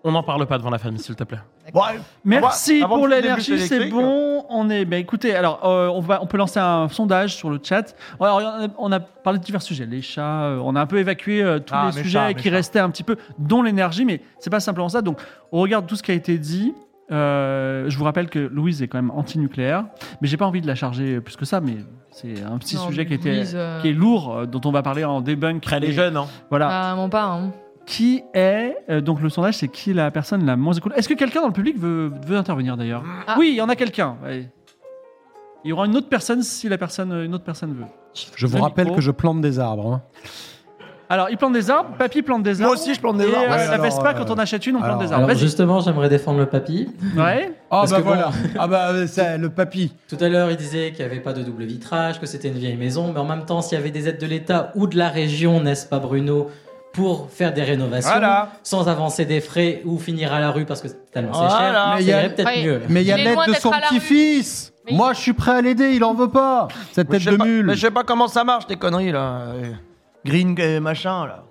[SPEAKER 2] on n'en parle pas devant la famille, s'il te plaît.
[SPEAKER 6] Bon,
[SPEAKER 1] Merci
[SPEAKER 6] Avant
[SPEAKER 1] pour
[SPEAKER 6] le début
[SPEAKER 1] l'énergie,
[SPEAKER 6] de
[SPEAKER 1] c'est
[SPEAKER 6] l'électrique.
[SPEAKER 1] bon. On est. Bah, écoutez, alors euh, on va, on peut lancer un sondage sur le chat. Alors, on a- on a parlé de divers sujets, les chats. euh, on a un peu évacué euh, tous
[SPEAKER 6] Ah,
[SPEAKER 1] les
[SPEAKER 6] mes
[SPEAKER 1] sujets
[SPEAKER 6] chats, mes
[SPEAKER 1] qui
[SPEAKER 6] chats.
[SPEAKER 1] restaient un petit peu, dont l'énergie, mais c'est pas simplement ça. Donc, on regarde tout ce qui a été dit. Euh, je vous rappelle que Louise est quand même anti-nucléaire, mais j'ai pas envie de la charger plus que ça. Mais c'est un petit
[SPEAKER 3] Non,
[SPEAKER 1] sujet qui, était,
[SPEAKER 3] Louise, euh,
[SPEAKER 1] qui est lourd, euh, dont on va parler en debunk.
[SPEAKER 2] Après, les
[SPEAKER 1] Mais
[SPEAKER 2] jeunes, hein.
[SPEAKER 1] Voilà
[SPEAKER 3] Ah, mon pas. hein.
[SPEAKER 1] qui est euh, donc le sondage c'est qui est la personne la moins écolo est-ce que quelqu'un dans le public veut, veut intervenir d'ailleurs
[SPEAKER 3] Ah.
[SPEAKER 1] oui il y en a quelqu'un ouais. il y aura une autre personne si la personne euh, une autre personne veut
[SPEAKER 5] Je vous
[SPEAKER 1] le
[SPEAKER 5] rappelle
[SPEAKER 1] micro.
[SPEAKER 5] que je plante des arbres. hein.
[SPEAKER 1] alors il plante des arbres papy plante des arbres
[SPEAKER 6] Moi aussi, je plante des
[SPEAKER 1] et,
[SPEAKER 6] arbres.
[SPEAKER 1] euh,
[SPEAKER 6] Ouais,
[SPEAKER 1] la
[SPEAKER 5] alors,
[SPEAKER 1] Vespa
[SPEAKER 5] euh,
[SPEAKER 1] quand on achète une on
[SPEAKER 5] alors,
[SPEAKER 1] plante des arbres
[SPEAKER 7] Alors
[SPEAKER 1] vas-y
[SPEAKER 7] justement, j'aimerais défendre le papy.
[SPEAKER 1] ouais
[SPEAKER 5] Ah
[SPEAKER 7] Parce
[SPEAKER 5] bah
[SPEAKER 7] que bon-
[SPEAKER 5] voilà. Ah bah c'est le papy.
[SPEAKER 7] Tout à l'heure, il disait qu'il n'y avait pas de double vitrage, que c'était une vieille maison, mais en même temps, s'il y avait des aides de l'État ou de la région, n'est-ce pas Bruno pour faire des rénovations
[SPEAKER 6] Voilà.
[SPEAKER 7] sans avancer des frais ou finir à la rue parce que tellement c'est
[SPEAKER 6] Voilà.
[SPEAKER 7] cher,
[SPEAKER 2] Ah,
[SPEAKER 5] Mais il
[SPEAKER 7] ça
[SPEAKER 5] y a-
[SPEAKER 7] irait peut-être
[SPEAKER 3] Oui.
[SPEAKER 7] mieux.
[SPEAKER 5] Mais il y a
[SPEAKER 3] Il est
[SPEAKER 5] l'aide
[SPEAKER 3] loin
[SPEAKER 5] de
[SPEAKER 3] d'être
[SPEAKER 5] son
[SPEAKER 3] à la rue.
[SPEAKER 5] petit-fils.
[SPEAKER 3] Mais-
[SPEAKER 5] Moi, je suis prêt à l'aider, il en veut pas. Cette
[SPEAKER 6] Mais
[SPEAKER 5] tête
[SPEAKER 6] je sais
[SPEAKER 5] de
[SPEAKER 6] pas-
[SPEAKER 5] mule.
[SPEAKER 6] Mais je sais pas comment ça marche, tes conneries, là. euh, Green, euh, machin, là.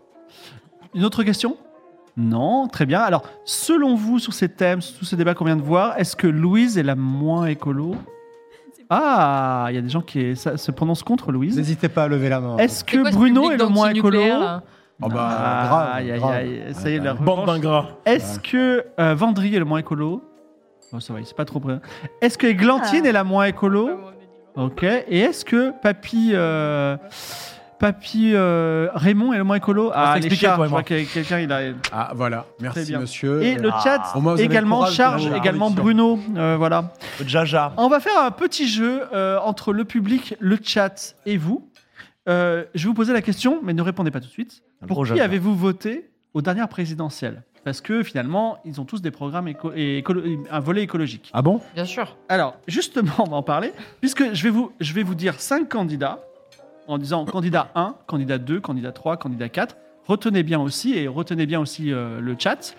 [SPEAKER 1] une autre question non, très bien. Alors, selon vous, sur ces thèmes, sur tous ces débats qu'on vient de voir, est-ce que Louise est la moins écolo Ah, il y a des gens qui ça- se prononcent contre Louise.
[SPEAKER 5] N'hésitez pas à lever la main.
[SPEAKER 1] Est-ce
[SPEAKER 3] C'est
[SPEAKER 1] que
[SPEAKER 3] quoi ce
[SPEAKER 1] Bruno
[SPEAKER 3] public
[SPEAKER 1] est le moins écolo
[SPEAKER 3] d'anti-nucléaire, là
[SPEAKER 5] Oh bah,
[SPEAKER 1] Ah,
[SPEAKER 5] grave,
[SPEAKER 1] aïe, aïe,
[SPEAKER 5] grave.
[SPEAKER 1] aïe, ça y est, la
[SPEAKER 2] Bande
[SPEAKER 1] revanche.
[SPEAKER 2] d'ingrats.
[SPEAKER 1] Est-ce que euh, Vendry est le moins écolo Bon, ça va, il s'est pas trop près. Est-ce que Glantine
[SPEAKER 4] Ah.
[SPEAKER 1] est la moins écolo Ok. Et est-ce que Papy. euh, Papy euh, Raymond est le moins écolo Ah, les
[SPEAKER 2] s'expliquer,
[SPEAKER 1] chats,
[SPEAKER 2] toi et
[SPEAKER 1] je
[SPEAKER 2] moi.
[SPEAKER 1] crois que quelqu'un il a...
[SPEAKER 5] Ah voilà,
[SPEAKER 1] Très
[SPEAKER 5] merci
[SPEAKER 1] bien.
[SPEAKER 5] monsieur.
[SPEAKER 1] Et le
[SPEAKER 5] Ah.
[SPEAKER 1] chat
[SPEAKER 5] Au moins, vous avez le
[SPEAKER 1] également
[SPEAKER 5] courage de
[SPEAKER 1] charge,
[SPEAKER 5] vous-
[SPEAKER 1] également
[SPEAKER 5] conviction.
[SPEAKER 1] Bruno, euh, voilà.
[SPEAKER 6] Le Jaja.
[SPEAKER 1] On va faire un petit jeu euh, entre le public, le chat et vous. Euh, je vais vous poser la question, mais ne répondez pas tout de suite.
[SPEAKER 6] Un
[SPEAKER 1] Pour
[SPEAKER 6] gros
[SPEAKER 1] qui
[SPEAKER 6] jaja.
[SPEAKER 1] avez-vous voté aux dernières présidentielles Parce que finalement, ils ont tous des programmes éco- et écolo- un volet écologique.
[SPEAKER 5] Ah bon
[SPEAKER 3] Bien sûr.
[SPEAKER 1] Alors, justement, on va en parler, puisque je vais vous, je vais vous dire cinq candidats, en disant candidat 1, candidat 2, candidat 3, candidat 4. Retenez bien aussi, et retenez bien aussi euh, le chat.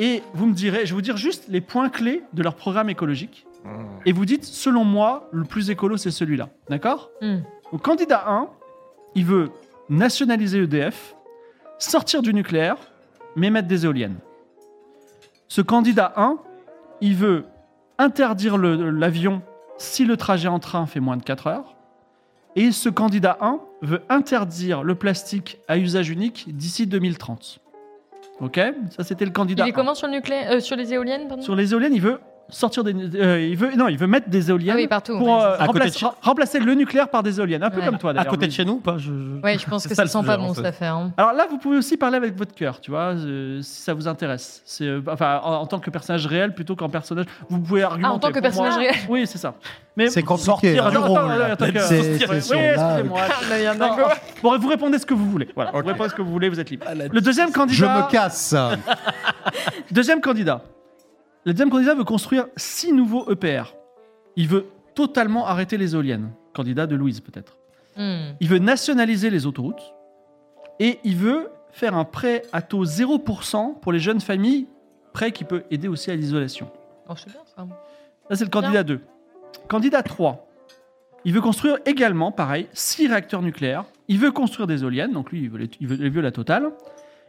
[SPEAKER 1] Et vous me direz, je vais vous dire juste les points clés de leur programme écologique. Et vous dites, selon moi, le plus écolo, c'est celui-là. D'accord
[SPEAKER 3] Hmm.
[SPEAKER 1] Donc, candidat 1, il veut nationaliser EDF, sortir du nucléaire, mais mettre des éoliennes. Ce candidat 1, il veut interdire le- l'avion si le trajet en train fait moins de 4 heures. Et ce candidat 1 veut interdire le plastique à usage unique d'ici 2030. Ok Ça, c'était le candidat
[SPEAKER 3] Il est
[SPEAKER 1] 1.
[SPEAKER 3] comment sur, le nucléaire, euh, sur les éoliennes pardon
[SPEAKER 1] Sur les éoliennes, il veut sortir des. euh, il veut, non, il veut mettre des éoliennes
[SPEAKER 3] Ah oui, partout,
[SPEAKER 1] pour
[SPEAKER 3] ouais,
[SPEAKER 1] euh,
[SPEAKER 2] À côté
[SPEAKER 1] remplacer,
[SPEAKER 2] de chez-
[SPEAKER 1] ra- remplacer le nucléaire par des éoliennes. Un peu
[SPEAKER 3] Ouais.
[SPEAKER 1] comme toi,
[SPEAKER 2] À
[SPEAKER 1] d'ailleurs.
[SPEAKER 2] côté de
[SPEAKER 1] Louis.
[SPEAKER 2] chez nous ou pas je, je-
[SPEAKER 3] Ouais, je pense que
[SPEAKER 2] C'est ça
[SPEAKER 3] ça
[SPEAKER 2] le
[SPEAKER 3] sent
[SPEAKER 2] sujet,
[SPEAKER 3] pas
[SPEAKER 2] en
[SPEAKER 3] bon
[SPEAKER 2] fait.
[SPEAKER 3] cette affaire. hein.
[SPEAKER 1] Alors là, vous pouvez aussi parler avec votre cœur, tu vois, euh, si ça vous intéresse. C'est euh, enfin en, en tant que personnage réel plutôt qu'en personnage. Vous pouvez argumenter.
[SPEAKER 3] Ah, en tant que
[SPEAKER 1] pour
[SPEAKER 3] personnage
[SPEAKER 1] moi.
[SPEAKER 3] réel.
[SPEAKER 1] Oui, c'est ça. Mais
[SPEAKER 5] C'est compliqué.
[SPEAKER 1] Attends,
[SPEAKER 5] hein, du
[SPEAKER 1] attends,
[SPEAKER 5] rôle,
[SPEAKER 1] attends,
[SPEAKER 5] là.
[SPEAKER 1] attends, attends.
[SPEAKER 5] C'est-
[SPEAKER 1] Oui,
[SPEAKER 5] c'est-
[SPEAKER 1] oui,
[SPEAKER 5] c'est- là,
[SPEAKER 1] excusez-moi. Non, Bon, vous répondez ce que vous voulez. Voilà, vous répondez ce que vous voulez, vous êtes libre. Le deuxième candidat.
[SPEAKER 5] Je me casse.
[SPEAKER 1] Deuxième candidat. Le deuxième candidat veut construire six nouveaux EPR. Il veut totalement arrêter les éoliennes. Candidat de Louise, peut-être.
[SPEAKER 3] Hmm.
[SPEAKER 1] Il veut nationaliser les autoroutes. Et il veut faire un prêt à taux 0% pour les jeunes familles. Prêt qui peut aider aussi à l'isolation.
[SPEAKER 3] Oh, c'est bien ça.
[SPEAKER 1] Ça, c'est le candidat 2. Candidat 3. Il veut construire également, pareil, 6 réacteurs nucléaires. Il veut construire des éoliennes, donc lui, il veut, les- il veut- il veut la totale.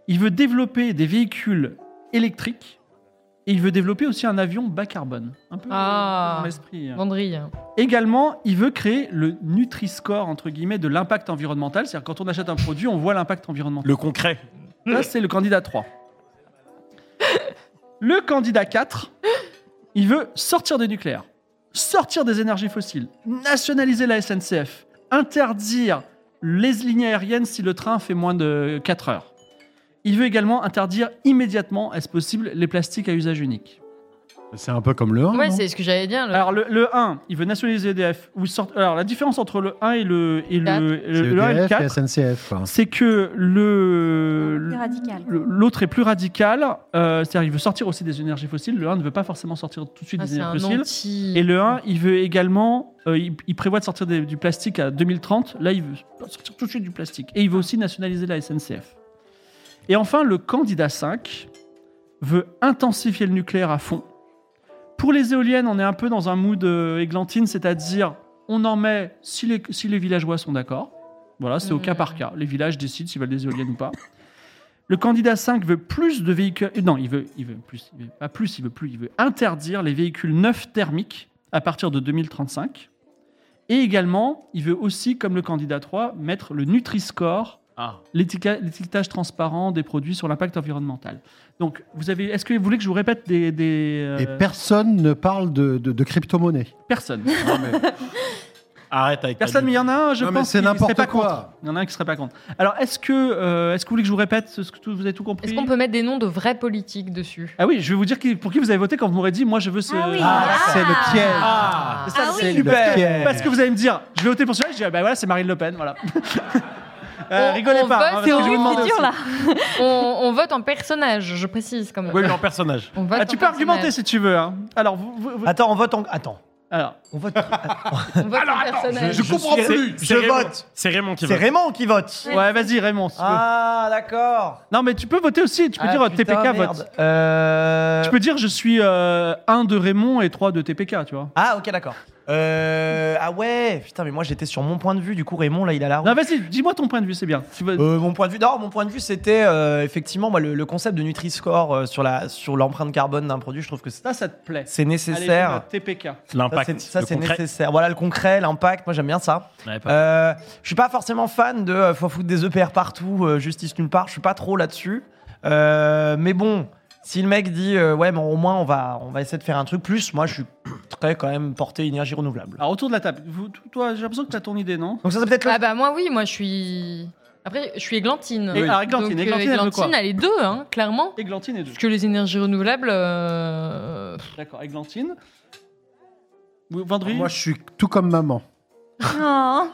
[SPEAKER 1] Il veut développer des véhicules électriques. Et il veut développer aussi un avion bas carbone. Un peu
[SPEAKER 3] Ah.
[SPEAKER 1] dans l'esprit. hein.
[SPEAKER 3] Vendrille.
[SPEAKER 1] Également, il veut créer le Nutri-Score, entre guillemets, de l'impact environnemental. C'est-à-dire, quand on achète un produit, on voit l'impact environnemental.
[SPEAKER 2] Le concret.
[SPEAKER 1] Là, c'est le candidat 3. Le candidat 4, il veut sortir des nucléaires, sortir des énergies fossiles, nationaliser la SNCF, interdire les lignes aériennes si le train fait moins de 4 heures. Il veut également interdire immédiatement, est-ce possible, les plastiques à usage unique.
[SPEAKER 5] C'est un peu comme le 1.
[SPEAKER 3] Ouais, c'est ce que j'allais dire. le-
[SPEAKER 1] Alors, le, le 1, il veut nationaliser EDF. ou sort- Alors, la différence entre le 1 et le, et
[SPEAKER 3] Quatre.
[SPEAKER 1] le,
[SPEAKER 5] C'est E
[SPEAKER 1] le- le 1 et le
[SPEAKER 5] EDF et
[SPEAKER 1] 4,
[SPEAKER 5] SNCF.
[SPEAKER 1] c'est que le,
[SPEAKER 4] C'est radical.
[SPEAKER 1] le- L'autre est plus radical, euh, c'est-à-dire il veut sortir aussi des énergies fossiles. Le 1 ne veut pas forcément sortir tout de suite
[SPEAKER 3] Ah,
[SPEAKER 1] des
[SPEAKER 3] c'est un
[SPEAKER 1] énergies fossiles.
[SPEAKER 3] anti.
[SPEAKER 1] Et le 1, il veut également, euh, il, il prévoit de sortir des- du plastique à 2030. Là, il veut sortir tout de suite du plastique. Et il veut aussi nationaliser la SNCF. Et enfin, le candidat 5 veut intensifier le nucléaire à fond. Pour les éoliennes, on est un peu dans un mood euh, églantine, c'est-à-dire on en met si les, si les villageois sont d'accord. Voilà, c'est au cas
[SPEAKER 3] Mm.
[SPEAKER 1] par cas. Les villages décident s'ils veulent des éoliennes ou pas. Le candidat 5 veut plus de véhicules. euh, Non, il veut, il veut plus. Il veut pas plus, il veut plus. Il veut interdire les véhicules neufs thermiques à partir de 2035. Et également, il veut aussi, comme le candidat 3, mettre le Nutri-Score,
[SPEAKER 2] Ah.
[SPEAKER 1] l'ética- l'étiquetage transparent des produits sur l'impact environnemental. Donc, vous avez. Est-ce que vous voulez que je vous répète des. des euh,
[SPEAKER 5] Et personne ne parle de, de, de crypto-monnaie.
[SPEAKER 1] personne.
[SPEAKER 2] Arrête avec. ta
[SPEAKER 1] Personne, mais il y en a un, je
[SPEAKER 5] Non, mais
[SPEAKER 1] pense.
[SPEAKER 5] c'est
[SPEAKER 1] qui
[SPEAKER 5] n'importe
[SPEAKER 1] serait pas
[SPEAKER 5] quoi.
[SPEAKER 1] contre. Il y en a un qui serait pas contre. Alors, est-ce que, euh, est-ce que vous voulez que je vous répète ce que tout- vous avez tout compris
[SPEAKER 3] Est-ce qu'on peut mettre des noms de vrais politiques dessus
[SPEAKER 1] Ah oui, je vais vous dire qui- pour qui vous avez voté quand vous m'aurez dit, moi je veux ce.
[SPEAKER 4] Ah oui.
[SPEAKER 5] Ah, c'est le piège.
[SPEAKER 2] Ah.
[SPEAKER 1] C'est ça,
[SPEAKER 4] Ah
[SPEAKER 1] le
[SPEAKER 4] oui.
[SPEAKER 1] truc.
[SPEAKER 6] Super.
[SPEAKER 5] piège.
[SPEAKER 1] Parce que vous allez me dire, je vais voter pour celui-là, je dis, ah, bah voilà, c'est Marine Le Pen, voilà. Euh,
[SPEAKER 3] On-
[SPEAKER 1] rigolez
[SPEAKER 3] on
[SPEAKER 1] pas.
[SPEAKER 3] vote,
[SPEAKER 1] parce
[SPEAKER 3] c'est
[SPEAKER 1] que je vais
[SPEAKER 3] horrible,
[SPEAKER 1] vous demander
[SPEAKER 3] c'est
[SPEAKER 4] Ah, dur
[SPEAKER 1] aussi.
[SPEAKER 4] là.
[SPEAKER 3] on, on vote en personnage, je précise quand même.
[SPEAKER 2] Oui, mais en personnage.
[SPEAKER 3] On vote
[SPEAKER 1] Ah,
[SPEAKER 3] en
[SPEAKER 1] tu peux
[SPEAKER 3] personnage.
[SPEAKER 1] argumenter si tu veux. hein. Alors, vous, vous-
[SPEAKER 5] Ah.
[SPEAKER 1] vous-
[SPEAKER 6] Attends, on vote en. Attends.
[SPEAKER 1] alors,
[SPEAKER 6] On vote.
[SPEAKER 3] On vote en personnage.
[SPEAKER 5] comprends
[SPEAKER 6] suis-
[SPEAKER 5] plus.
[SPEAKER 6] Je
[SPEAKER 2] C'est Raymond-
[SPEAKER 6] vote.
[SPEAKER 2] C'est Raymond qui
[SPEAKER 6] C'est
[SPEAKER 2] vote.
[SPEAKER 6] Raymond qui vote.
[SPEAKER 1] ouais, vas-y Raymond. si tu veux.
[SPEAKER 6] Ah, d'accord.
[SPEAKER 1] Non, mais tu peux voter aussi. Tu peux
[SPEAKER 6] Ah,
[SPEAKER 1] dire euh,
[SPEAKER 6] putain,
[SPEAKER 1] TPK
[SPEAKER 6] merde.
[SPEAKER 1] vote.
[SPEAKER 6] Euh,
[SPEAKER 1] Tu peux dire je suis euh, un de Raymond et trois de TPK, tu vois.
[SPEAKER 6] Ah, ok, d'accord. Euh, Ah ouais, putain, mais moi j'étais sur mon point de vue, du coup Raymond, là, il a
[SPEAKER 5] Ah.
[SPEAKER 6] la roue.
[SPEAKER 1] Non, vas-y, dis-moi ton point de vue, c'est bien. Tu veux-
[SPEAKER 6] Euh, mon point de vue, non, mon point de vue, c'était euh, effectivement moi, le, le concept de Nutri-Score euh, sur la sur l'empreinte carbone d'un produit. Je trouve que c'est-
[SPEAKER 1] Ça, ça te plaît.
[SPEAKER 6] c'est
[SPEAKER 1] Allez,
[SPEAKER 6] nécessaire.
[SPEAKER 1] dis-moi, TPK.
[SPEAKER 6] Ça,
[SPEAKER 2] L'impact.
[SPEAKER 6] c'est- ça,
[SPEAKER 2] le
[SPEAKER 6] c'est
[SPEAKER 2] concret.
[SPEAKER 6] nécessaire. Voilà le concret, l'impact. Moi, j'aime bien ça.
[SPEAKER 2] Ouais, pas-
[SPEAKER 6] Euh, je suis pas forcément fan de euh, faut foutre des EPR partout, euh, justice nulle part. Je suis pas trop là-dessus. Euh, mais bon, si le mec dit euh, ouais, mais au moins on va on va essayer de faire un truc plus. Moi, je suis très quand même porté énergie renouvelable.
[SPEAKER 1] Alors autour de la table, vous- toi, j'ai l'impression que t'as ton idée, non
[SPEAKER 6] Donc ça, c'est peut-être le-
[SPEAKER 3] Ah bah moi oui, moi je suis. Après, je suis églantine.
[SPEAKER 1] Et- alors, églantine,
[SPEAKER 3] Donc,
[SPEAKER 1] églantine,
[SPEAKER 3] euh,
[SPEAKER 1] Ah, elle veut
[SPEAKER 3] églantine,
[SPEAKER 1] quoi
[SPEAKER 3] elle est deux, hein, clairement.
[SPEAKER 1] Églantine et deux.
[SPEAKER 3] Parce que les énergies renouvelables. euh,
[SPEAKER 1] D'accord, Églantine. Vous- Vendry
[SPEAKER 5] Ah, Moi, je suis tout comme maman.
[SPEAKER 4] Non.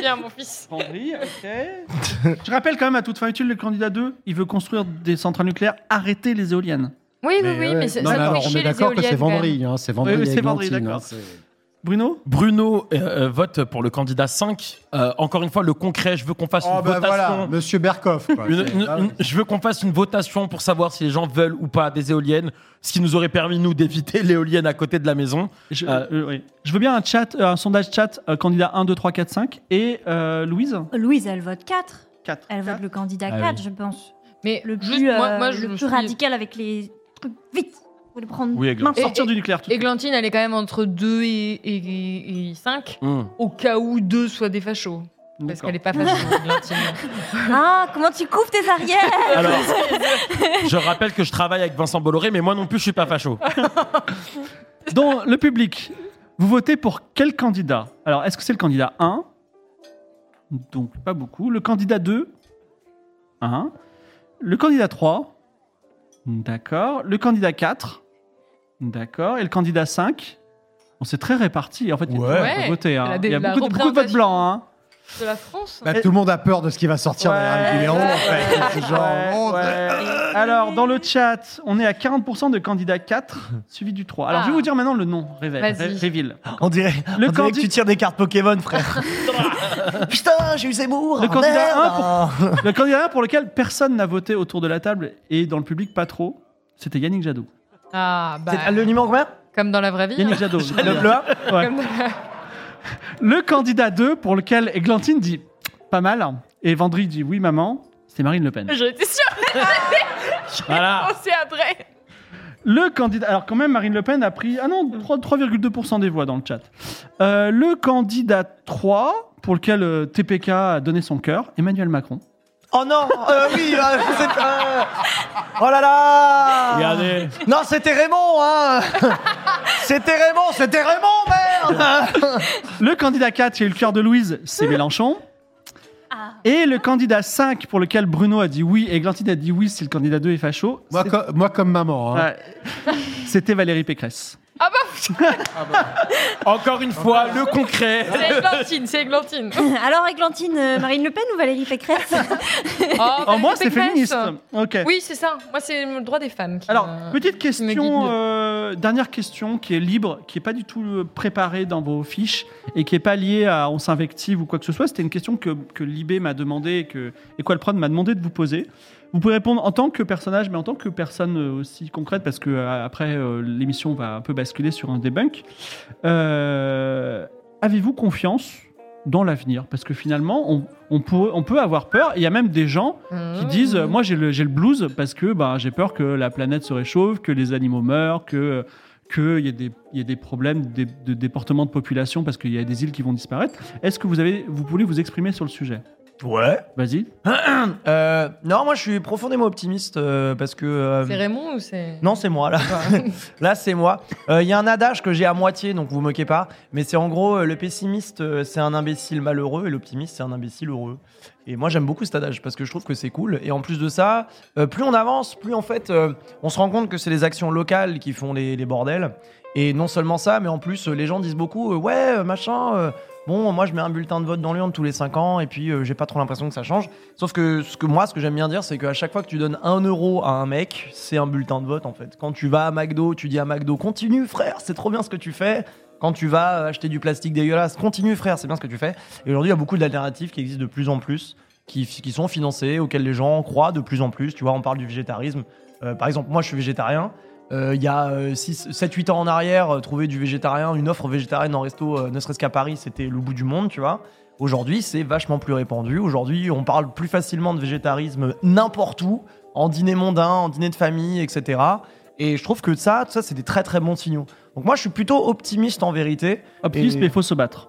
[SPEAKER 3] Bien, mon fils.
[SPEAKER 1] Vendry, ok. je rappelle quand même à toute fin utile, le candidat 2, il veut construire des centrales nucléaires, arrêter les éoliennes.
[SPEAKER 3] Oui, oui,
[SPEAKER 5] Mais
[SPEAKER 3] oui,
[SPEAKER 5] ouais.
[SPEAKER 3] mais euh, c'est-
[SPEAKER 5] Non,
[SPEAKER 3] ça
[SPEAKER 5] mais
[SPEAKER 3] me
[SPEAKER 5] alors,
[SPEAKER 3] fait
[SPEAKER 5] on
[SPEAKER 3] chier
[SPEAKER 5] est
[SPEAKER 3] les
[SPEAKER 5] d'accord que
[SPEAKER 3] éoliennes,
[SPEAKER 5] c'est
[SPEAKER 3] quand même.
[SPEAKER 5] vendredi. Hein, c'est vendredi.
[SPEAKER 1] Oui, oui,
[SPEAKER 5] et
[SPEAKER 1] c'est vendredi,
[SPEAKER 5] Glantine,
[SPEAKER 1] d'accord.
[SPEAKER 5] hein, c'est-
[SPEAKER 1] Bruno
[SPEAKER 2] Bruno euh, euh, vote pour le candidat 5. Euh, encore une fois, le concret, je veux qu'on fasse
[SPEAKER 5] Oh,
[SPEAKER 2] une
[SPEAKER 5] bah voilà,
[SPEAKER 2] votation.
[SPEAKER 5] monsieur Berkoff. quoi.
[SPEAKER 2] Ah, Une- une-
[SPEAKER 5] Ah,
[SPEAKER 2] une- je veux qu'on fasse une votation pour savoir si les gens veulent ou pas des éoliennes, ce qui nous aurait permis, nous, d'éviter l'éolienne à côté de la maison.
[SPEAKER 1] je,
[SPEAKER 2] Euh,
[SPEAKER 1] euh, oui. je veux bien un chat, euh, un sondage chat, euh, candidat 1, 2, 3, 4, 5. Et euh, Louise
[SPEAKER 4] Oh. Louise, elle vote 4.
[SPEAKER 1] 4.
[SPEAKER 4] Elle vote le candidat
[SPEAKER 2] Ah
[SPEAKER 4] 4,
[SPEAKER 2] oui.
[SPEAKER 4] je pense.
[SPEAKER 3] Mais
[SPEAKER 4] Le
[SPEAKER 3] juste,
[SPEAKER 4] plus,
[SPEAKER 3] moi,
[SPEAKER 4] euh,
[SPEAKER 3] moi, je me
[SPEAKER 4] le plus
[SPEAKER 3] suis dit-
[SPEAKER 4] radical avec les trucs. Vite Vous les prendre
[SPEAKER 2] Oui, exactement.
[SPEAKER 4] maintenant.
[SPEAKER 1] Sortir
[SPEAKER 3] et-
[SPEAKER 1] du nucléaire tout de suite.
[SPEAKER 3] Églantine, elle est quand même entre 2 et 5,
[SPEAKER 2] Hmm.
[SPEAKER 3] au cas où 2 soient des fachos. Parce
[SPEAKER 1] D'accord.
[SPEAKER 3] qu'elle est pas facho, Églantine.
[SPEAKER 4] Ah, comment tu coupes tes arrières
[SPEAKER 2] Alors, je rappelle que je travaille avec Vincent Bolloré, mais moi non plus, je suis pas facho.
[SPEAKER 1] Dans le public, vous votez pour quel candidat Alors, est-ce que c'est le candidat 1 Donc, pas beaucoup. Le candidat 2 1. Le candidat 3 D'accord. Le candidat 4 D'accord. Et le candidat 5 On s'est très répartis. En fait, il y a
[SPEAKER 5] Ouais.
[SPEAKER 1] beaucoup de gens qui
[SPEAKER 3] Ouais.
[SPEAKER 1] ont voté, hein.
[SPEAKER 3] La dé-
[SPEAKER 1] Il y a
[SPEAKER 3] la
[SPEAKER 1] beaucoup, de- beaucoup de votes
[SPEAKER 3] représentation.
[SPEAKER 1] blancs. hein.
[SPEAKER 3] De la France
[SPEAKER 5] bah, tout le monde a peur de ce qui va sortir
[SPEAKER 1] Euh, Ouais,
[SPEAKER 5] derrière le guillemot, en fait. C'est
[SPEAKER 1] Ouais,
[SPEAKER 5] genre, oh,
[SPEAKER 1] ouais. Alors, dans le chat, on est à 40% de candidat 4, suivi du 3. Alors,
[SPEAKER 3] Ah.
[SPEAKER 1] je vais vous dire maintenant le nom. Révèle.
[SPEAKER 3] Vas-y.
[SPEAKER 1] Ré- Réville.
[SPEAKER 6] On dirait,
[SPEAKER 1] Le
[SPEAKER 6] on dirait que
[SPEAKER 1] candi-
[SPEAKER 6] tu tires des cartes Pokémon, frère. Putain, j'ai eu Zemmour.
[SPEAKER 1] Le
[SPEAKER 6] ah,
[SPEAKER 1] candidat
[SPEAKER 6] merde.
[SPEAKER 1] Le candidat pour lequel personne n'a voté autour de la table et dans le public pas trop, c'était Yannick Jadot.
[SPEAKER 3] Ah, bah,
[SPEAKER 6] C'est- Le numéro combien
[SPEAKER 3] comme dans la vraie vie.
[SPEAKER 1] Yannick
[SPEAKER 3] hein.
[SPEAKER 1] Jadot.
[SPEAKER 6] Le bleu 1
[SPEAKER 1] Ouais.
[SPEAKER 3] Comme dans la-
[SPEAKER 1] Le candidat 2 pour lequel Eglantine dit pas mal et Vendry dit oui maman, c'est Marine Le Pen.
[SPEAKER 3] J'étais sûre
[SPEAKER 2] Voilà.
[SPEAKER 3] c'est après.
[SPEAKER 1] Le candidat alors quand même Marine Le Pen a pris ah non 3 3,2% des voix dans le chat. Euh, le candidat 3 pour lequel euh, TPK a donné son cœur, Emmanuel Macron.
[SPEAKER 6] Oh non euh, Oui euh, c'est- euh, Oh là
[SPEAKER 1] Ah.
[SPEAKER 6] là
[SPEAKER 2] Regardez.
[SPEAKER 6] Non, c'était Raymond, hein C'était Raymond, c'était Raymond, merde
[SPEAKER 1] Le candidat 4 qui a eu le cœur de Louise, c'est Mélenchon.
[SPEAKER 4] Ah.
[SPEAKER 1] Et le candidat 5 pour lequel Bruno a dit oui et Eglantine a dit oui si le candidat 2 est facho,
[SPEAKER 5] Moi, co- moi comme maman. hein.
[SPEAKER 1] Ouais. C'était Valérie Pécresse.
[SPEAKER 3] Ah bah,
[SPEAKER 2] Encore une fois, le concret.
[SPEAKER 3] c'est Églantine, c'est Églantine.
[SPEAKER 4] Alors, Églantine, euh, Marine Le Pen ou Valérie Pécresse
[SPEAKER 3] Oh,
[SPEAKER 1] En moi, c'est
[SPEAKER 3] Valérie Pécresse.
[SPEAKER 1] féministe. Ok.
[SPEAKER 3] Oui, c'est ça. Moi, c'est le droit des femmes. Qui
[SPEAKER 1] Alors, petite
[SPEAKER 3] me- me Euh, guide
[SPEAKER 1] question,
[SPEAKER 3] mieux.
[SPEAKER 1] euh, dernière question qui est libre, qui n'est pas du tout euh, préparée dans vos fiches et qui n'est pas liée à on s'invective ou quoi que ce soit. C'était une question que, que Libé m'a demandé et que Equalprod m'a demandé de vous poser. Vous pouvez répondre en tant que personnage, mais en tant que personne euh, aussi concrète, parce que euh, après euh, l'émission va un peu basculer sur un debunk. Euh, Avez-vous confiance dans l'avenir Parce que finalement, on, on peut, on peut avoir peur. et Il y a même des gens qui disent euh, moi j'ai le, j'ai le blues parce que bah, j'ai peur que la planète se réchauffe, que les animaux meurent, que qu'il y, ait des- il y ait des problèmes de, de déportement de population parce qu'il y a des îles qui vont disparaître. Est-ce que vous, avez, vous voulez vous exprimer sur le sujet
[SPEAKER 6] Ouais.
[SPEAKER 1] Vas-y.
[SPEAKER 6] Euh, non, moi je suis profondément optimiste euh, parce que... euh,
[SPEAKER 3] C'est Raymond ou c'est.
[SPEAKER 6] non, c'est moi là. là, c'est moi. Euh, Il y a un adage que j'ai à moitié, donc vous moquez pas. Mais c'est en gros, euh, le pessimiste, euh, c'est un imbécile malheureux et l'optimiste, c'est un imbécile heureux. Et moi, j'aime beaucoup cet adage parce que je trouve que c'est cool. Et en plus de ça, euh, plus on avance, plus en fait, euh, on se rend compte que c'est les actions locales qui font les, les bordels. Et non seulement ça, mais en plus, euh, les gens disent beaucoup euh, Ouais, euh, machin, euh, bon, moi je mets un bulletin de vote dans l'urne tous les 5 ans et puis euh, j'ai pas trop l'impression que ça change. Sauf que, ce que moi, ce que j'aime bien dire, c'est qu'à chaque fois que tu donnes 1 euro à un mec, c'est un bulletin de vote en fait. Quand tu vas à McDo, tu dis à McDo Continue frère, c'est trop bien ce que tu fais. Quand tu vas euh, acheter du plastique dégueulasse, continue frère, c'est bien ce que tu fais. Et aujourd'hui, il y a beaucoup d'alternatives qui existent de plus en plus, qui, qui sont financées, auxquelles les gens croient de plus en plus. Tu vois, on parle du végétarisme. Euh, par exemple, moi je suis végétarien. Euh, Il y a 7-8 ans en arrière, euh, trouver du végétarien, une offre végétarienne en resto, euh, ne serait-ce qu'à Paris, c'était le bout du monde, tu vois. Aujourd'hui, c'est vachement plus répandu. Aujourd'hui, on parle plus facilement de végétarisme n'importe où, en dîner mondain, en dîner de famille, etc. Et je trouve que ça, ça c'est des très très bons signaux. Donc moi, je suis plutôt optimiste en vérité.
[SPEAKER 1] Optimiste,
[SPEAKER 6] Et-
[SPEAKER 1] mais il faut se battre.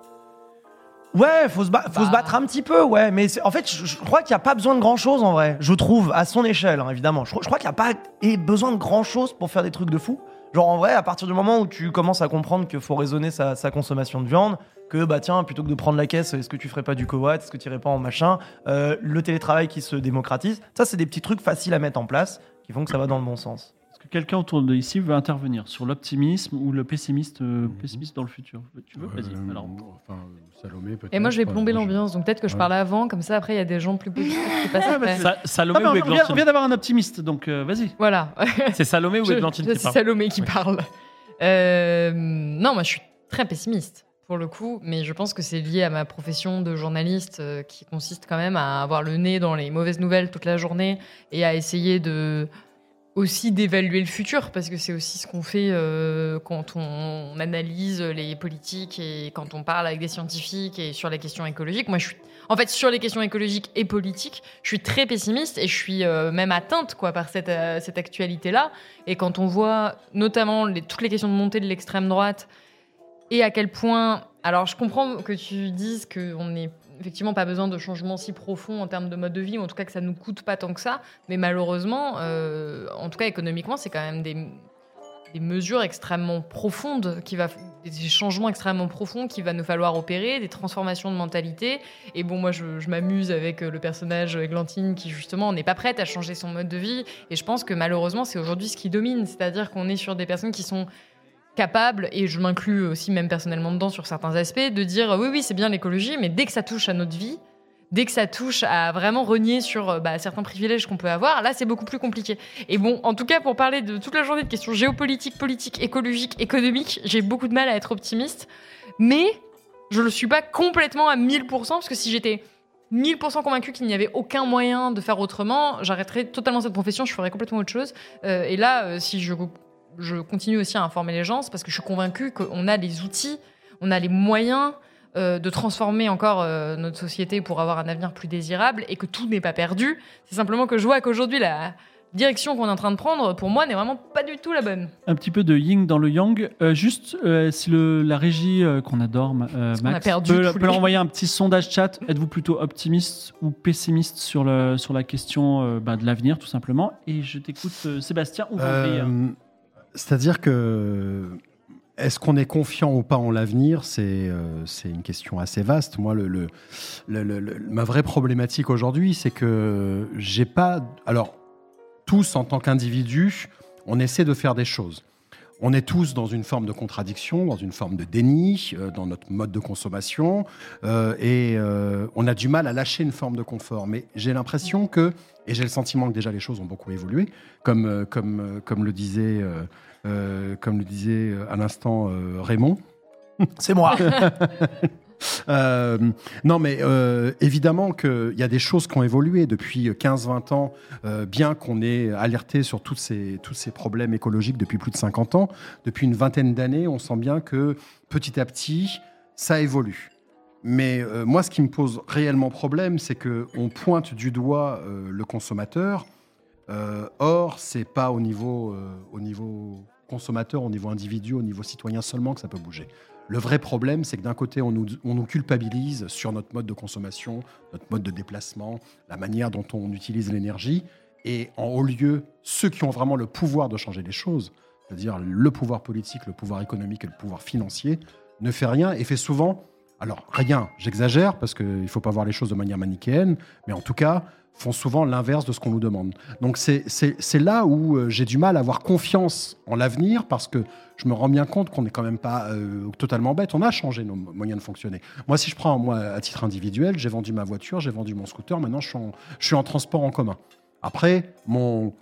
[SPEAKER 6] Ouais, faut se, ba- faut
[SPEAKER 3] Bah.
[SPEAKER 6] se battre un petit peu, ouais. Mais c'est- en fait, je, je crois qu'il n'y a pas besoin de grand chose en vrai. Je trouve, à son échelle, hein, évidemment. Je, crois- je crois qu'il n'y a pas et besoin de grand chose pour faire des trucs de fou. Genre en vrai, à partir du moment où tu commences à comprendre qu'il faut raisonner sa, sa consommation de viande, que bah tiens, plutôt que de prendre la caisse, est-ce que tu ferais pas du covoit, est-ce que tu irais pas en machin, euh, le télétravail qui se démocratise, ça c'est des petits trucs faciles à mettre en place qui font que ça va dans le bon sens.
[SPEAKER 1] Est-ce que quelqu'un autour de ici veut intervenir sur l'optimisme ou le pessimiste, euh, pessimiste dans le futur Tu veux Vas-y.
[SPEAKER 5] Euh,
[SPEAKER 1] Alors,
[SPEAKER 5] enfin, Salomé, peut-être.
[SPEAKER 3] Et moi, je vais
[SPEAKER 5] Enfin,
[SPEAKER 3] plomber
[SPEAKER 5] je-
[SPEAKER 3] l'ambiance, donc peut-être que je parle avant, comme ça, après, il y a des gens plus positifs qui passent
[SPEAKER 1] Ouais,
[SPEAKER 3] après.
[SPEAKER 1] parce
[SPEAKER 2] Sa-
[SPEAKER 1] Ah,
[SPEAKER 2] Salomé
[SPEAKER 1] mais on,
[SPEAKER 2] ou
[SPEAKER 1] on vient, on
[SPEAKER 2] Églantine
[SPEAKER 1] vient d'avoir un optimiste, donc euh, vas-y.
[SPEAKER 3] Voilà.
[SPEAKER 2] C'est Salomé ou
[SPEAKER 3] Je-
[SPEAKER 2] Églantine
[SPEAKER 3] je-
[SPEAKER 2] qui
[SPEAKER 3] C'est
[SPEAKER 2] parle
[SPEAKER 3] Salomé qui parle. Euh, non, moi, je suis très pessimiste. pour le coup, mais je pense que c'est lié à ma profession de journaliste euh, qui consiste quand même à avoir le nez dans les mauvaises nouvelles toute la journée et à essayer de aussi d'évaluer le futur parce que c'est aussi ce qu'on fait euh, quand on analyse les politiques et quand on parle avec des scientifiques et sur les questions écologiques. Moi, je suis en fait sur les questions écologiques et politiques, je suis très pessimiste et je suis euh, même atteinte quoi par cette, euh, cette actualité là. Et quand on voit notamment les- toutes les questions de montée de l'extrême droite et à quel point. Alors, je comprends que tu dises qu'on n'est effectivement pas besoin de changements si profonds en termes de mode de vie, ou en tout cas que ça nous coûte pas tant que ça. Mais malheureusement, euh, en tout cas économiquement, c'est quand même des, des mesures extrêmement profondes, qui va, des changements extrêmement profonds qu'il va nous falloir opérer, des transformations de mentalité. Et bon, moi, je, je m'amuse avec euh, le personnage Églantine qui, justement, n'est pas prête à changer son mode de vie. Et je pense que malheureusement, c'est aujourd'hui ce qui domine. C'est-à-dire qu'on est sur des personnes qui sont capables, et je m'inclus aussi même personnellement dedans sur certains aspects, de dire euh, oui, oui, c'est bien l'écologie, mais dès que ça touche à notre vie, dès que ça touche à vraiment renier sur euh, bah, certains privilèges qu'on peut avoir, là c'est beaucoup plus compliqué. Et bon, en tout cas, pour parler de toute la journée de questions géopolitiques, politiques, écologiques, économiques, j'ai beaucoup de mal à être optimiste, mais je le suis pas complètement à 1000%, parce que si j'étais 1000% convaincu qu'il n'y avait aucun moyen de faire autrement, j'arrêterais totalement cette profession, je ferais complètement autre chose. Euh, et là, euh, si je, je continue aussi à informer les gens, c'est parce que je suis convaincu qu'on a les outils, on a les moyens euh, de transformer encore euh, notre société pour avoir un avenir plus désirable et que tout n'est pas perdu. C'est simplement que je vois qu'aujourd'hui, la direction qu'on est en train de prendre, pour moi, n'est vraiment pas du tout la bonne.
[SPEAKER 1] Un petit peu de yin dans le yang. Euh, juste, euh, si le, la régie euh, qu'on adore, euh,
[SPEAKER 3] qu'on
[SPEAKER 1] Max,
[SPEAKER 3] a perdu
[SPEAKER 1] peut,
[SPEAKER 3] tous
[SPEAKER 1] peut
[SPEAKER 3] les-
[SPEAKER 1] leur envoyer un petit sondage chat. Êtes-vous plutôt optimiste ou pessimiste sur, le, sur la question euh, bah, de l'avenir, tout simplement Et je t'écoute, euh, Sébastien, ou Valérie, hein.
[SPEAKER 5] Euh, C'est-à-dire que est-ce qu'on est confiant ou pas en l'avenir C'est euh, c'est une question assez vaste. Moi, le, le- le- le- le- ma vraie problématique aujourd'hui, c'est que j'ai pas. Alors, tous en tant qu'individus, on essaie de faire des choses. On est tous dans une forme de contradiction, dans une forme de déni, euh, dans notre mode de consommation, euh, et euh, on a du mal à lâcher une forme de confort. Mais j'ai l'impression que, et j'ai le sentiment que déjà les choses ont beaucoup évolué, comme, euh, comme, euh, comme le disait, euh, euh, comme le disait euh, à l'instant euh, Raymond.
[SPEAKER 6] C'est moi.
[SPEAKER 5] Euh, non, mais euh, évidemment qu'il y a des choses qui ont évolué depuis 15-20 ans, euh, bien qu'on ait alerté sur toutes ces, tous ces problèmes écologiques depuis plus de 50 ans. Depuis une vingtaine d'années, on sent bien que petit à petit, ça évolue. Mais euh, moi, ce qui me pose réellement problème, c'est qu'on pointe du doigt euh, le consommateur. Euh, or, c'est pas au niveau, euh, au niveau consommateur, au niveau individu, au niveau citoyen seulement que ça peut bouger. Le vrai problème, c'est que d'un côté, on nous, on nous culpabilise sur notre mode de consommation, notre mode de déplacement, la manière dont on utilise l'énergie, et en haut lieu, ceux qui ont vraiment le pouvoir de changer les choses, c'est-à-dire le pouvoir politique, le pouvoir économique et le pouvoir financier, ne fait rien et fait souvent, alors rien, j'exagère, parce qu'il ne faut pas voir les choses de manière manichéenne, mais en tout cas, font souvent l'inverse de ce qu'on nous demande. Donc c'est- c'est c'est là où euh, j'ai du mal à avoir confiance en l'avenir parce que je me rends bien compte qu'on n'est quand même pas euh, totalement bête. On a changé nos mo- moyens de fonctionner. Moi, si je prends moi à titre individuel, j'ai vendu ma voiture, j'ai vendu mon scooter. Maintenant, je suis en, je suis en transport en commun. Après, mon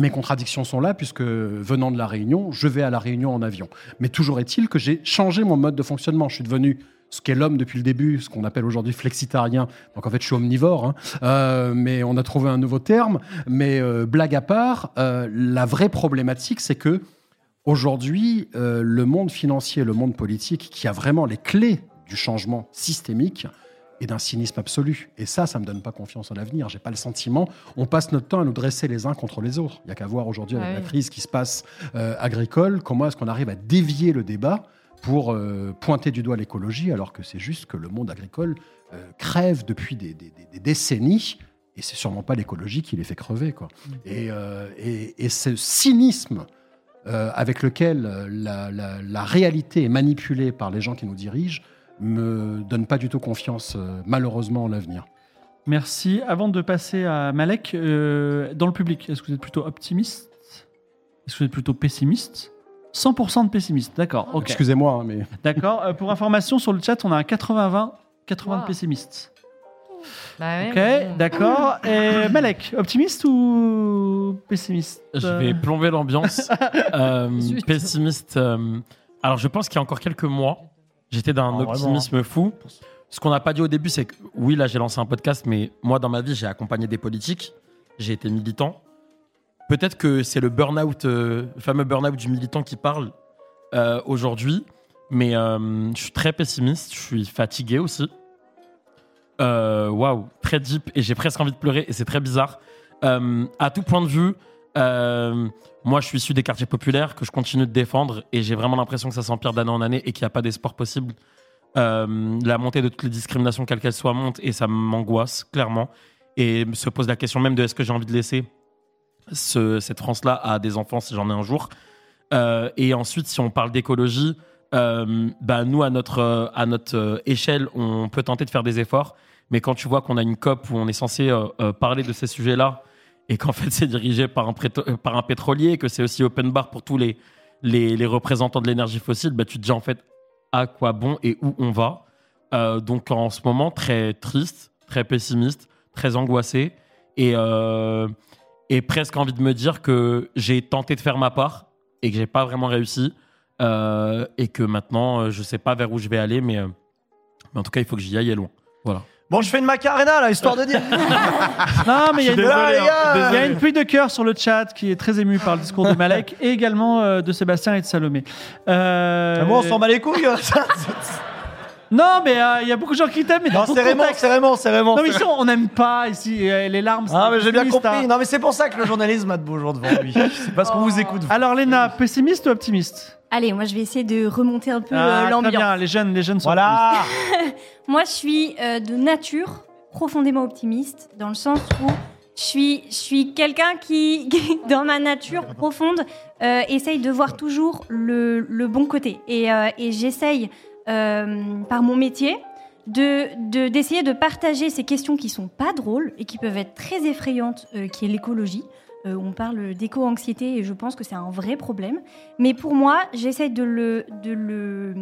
[SPEAKER 5] mes contradictions sont là puisque venant de la Réunion, je vais à la Réunion en avion. Mais toujours est-il que j'ai changé mon mode de fonctionnement. Je suis devenu ce qu'est l'homme depuis le début, ce qu'on appelle aujourd'hui flexitarien. Donc en fait, je suis omnivore, hein. Euh, mais on a trouvé un nouveau terme. Mais euh, blague à part, euh, la vraie problématique, c'est que aujourd'hui, euh, le monde financier, le monde politique, qui a vraiment les clés du changement systémique, est d'un cynisme absolu. Et ça, ça me donne pas confiance en l'avenir. J'ai pas le sentiment. On passe notre temps à nous dresser les uns contre les autres. Il y a qu'à voir aujourd'hui avec
[SPEAKER 3] Ah oui.
[SPEAKER 5] la crise qui se passe euh, agricole, comment est-ce qu'on arrive à dévier le débat pour euh, pointer du doigt l'écologie, alors que c'est juste que le monde agricole euh, crève depuis des, des- des- des décennies. Et c'est sûrement pas l'écologie qui les fait crever, quoi.
[SPEAKER 2] Mmh.
[SPEAKER 5] Et, euh, et- et ce cynisme euh, avec lequel euh, la, la- la réalité est manipulée par les gens qui nous dirigent me donne pas du tout confiance, euh, malheureusement, en l'avenir.
[SPEAKER 1] Merci. Avant de passer à Malek, euh, dans le public, est-ce que vous êtes plutôt optimiste Est-ce que vous êtes plutôt pessimiste 100% de pessimiste, d'accord. ok.
[SPEAKER 5] Excusez-moi, hein, mais
[SPEAKER 1] D'accord. Euh, pour information, sur le chat, on a un 80-20, 80 de
[SPEAKER 3] Wow.
[SPEAKER 1] pessimistes.
[SPEAKER 3] Bah ouais,
[SPEAKER 1] Ok,
[SPEAKER 3] mais bon.
[SPEAKER 1] d'accord. Et Malek, optimiste ou pessimiste
[SPEAKER 2] Je vais plomber l'ambiance. Euh, pessimiste. euh, alors, je pense qu'il y a encore quelques mois, J'étais d'un
[SPEAKER 6] Ah, vraiment,
[SPEAKER 2] optimisme fou. Ce qu'on n'a pas dit au début, c'est que oui, là, j'ai lancé un podcast, mais moi, dans ma vie, j'ai accompagné des politiques, j'ai été militant. Peut-être que c'est le burn-out, euh, le fameux burn-out du militant qui parle euh, aujourd'hui, mais euh, je suis très pessimiste, je suis fatigué aussi. Euh, Waouh, très deep, et j'ai presque envie de pleurer, et c'est très bizarre. Euh, à tout point de vue, euh, moi, je suis issu des quartiers populaires que je continue de défendre et j'ai vraiment l'impression que ça s'empire d'année en année et qu'il n'y a pas d'espoir possible. Euh, la montée de toutes les discriminations, quelles qu'elles soient, monte et ça m'angoisse, clairement. Et se pose la question même de est-ce que j'ai envie de laisser ce- cette France-là à des enfants si j'en ai un jour. Euh, et ensuite, si on parle d'écologie, euh, bah, nous, à notre, euh, à notre euh, échelle, on peut tenter de faire des efforts. Mais quand tu vois qu'on a une COP où on est censé euh, euh, parler de ces sujets-là, et qu'en fait c'est dirigé par un, préto- euh, par un pétrolier, que c'est aussi open bar pour tous les, les, les représentants de l'énergie fossile, bah, tu te dis en fait à quoi bon et où on va. Euh, donc en ce moment, très triste, très pessimiste, très angoissé et, euh, et presque envie de me dire que j'ai tenté de faire ma part et que j'ai pas vraiment réussi euh, et que maintenant euh, je sais pas vers où je vais aller, mais, euh, mais en tout cas il faut que j'y aille et loin. Voilà.
[SPEAKER 6] Bon, je fais une macarena là, histoire de dire.
[SPEAKER 1] Euh, Non, mais il y, a une-
[SPEAKER 6] Je suis désolé,
[SPEAKER 1] il y a une- il
[SPEAKER 6] hein, je suis
[SPEAKER 1] y a
[SPEAKER 6] désolé.
[SPEAKER 1] une pluie de cœur sur le chat qui est très émue par le discours de Malek et également euh, de Sébastien et de Salomé. Euh,
[SPEAKER 6] Ah bon, on s'en bat les couilles. hein.
[SPEAKER 1] Non, mais euh, il y a beaucoup de gens qui t'aiment, mais dans
[SPEAKER 6] non,
[SPEAKER 1] ton
[SPEAKER 6] c'est vraiment,
[SPEAKER 1] contexte.
[SPEAKER 6] c'est vraiment, c'est vraiment.
[SPEAKER 1] Non, mais ici, on n'aime pas, ici, euh, les larmes.
[SPEAKER 6] Ah, mais
[SPEAKER 1] c'est
[SPEAKER 6] j'ai bien
[SPEAKER 1] pessimiste,
[SPEAKER 6] compris.
[SPEAKER 1] hein.
[SPEAKER 6] Non, mais c'est pour ça que le journalisme a de beaux jours devant lui. C'est parce qu'on
[SPEAKER 4] Oh.
[SPEAKER 6] vous écoute. vous.
[SPEAKER 1] Alors, Léna, pessimiste ou optimiste
[SPEAKER 4] Allez, moi je vais essayer de remonter un peu
[SPEAKER 1] Ah,
[SPEAKER 4] euh,
[SPEAKER 1] Très
[SPEAKER 4] l'ambiance.
[SPEAKER 1] bien, les jeunes, les jeunes sont optimistes.
[SPEAKER 6] Voilà.
[SPEAKER 4] Moi, je suis euh, de nature profondément optimiste, dans le sens où je suis, je suis quelqu'un qui, qui, dans ma nature profonde, euh, essaye de voir toujours le, le bon côté. Et, euh, et j'essaye, euh, par mon métier, d'essayer de, d'essayer de partager ces questions qui sont pas drôles et qui peuvent être très effrayantes, euh, qui est l'écologie. Euh, on parle d'éco-anxiété et je pense que c'est un vrai problème. Mais pour moi, j'essaye de, le, de, le,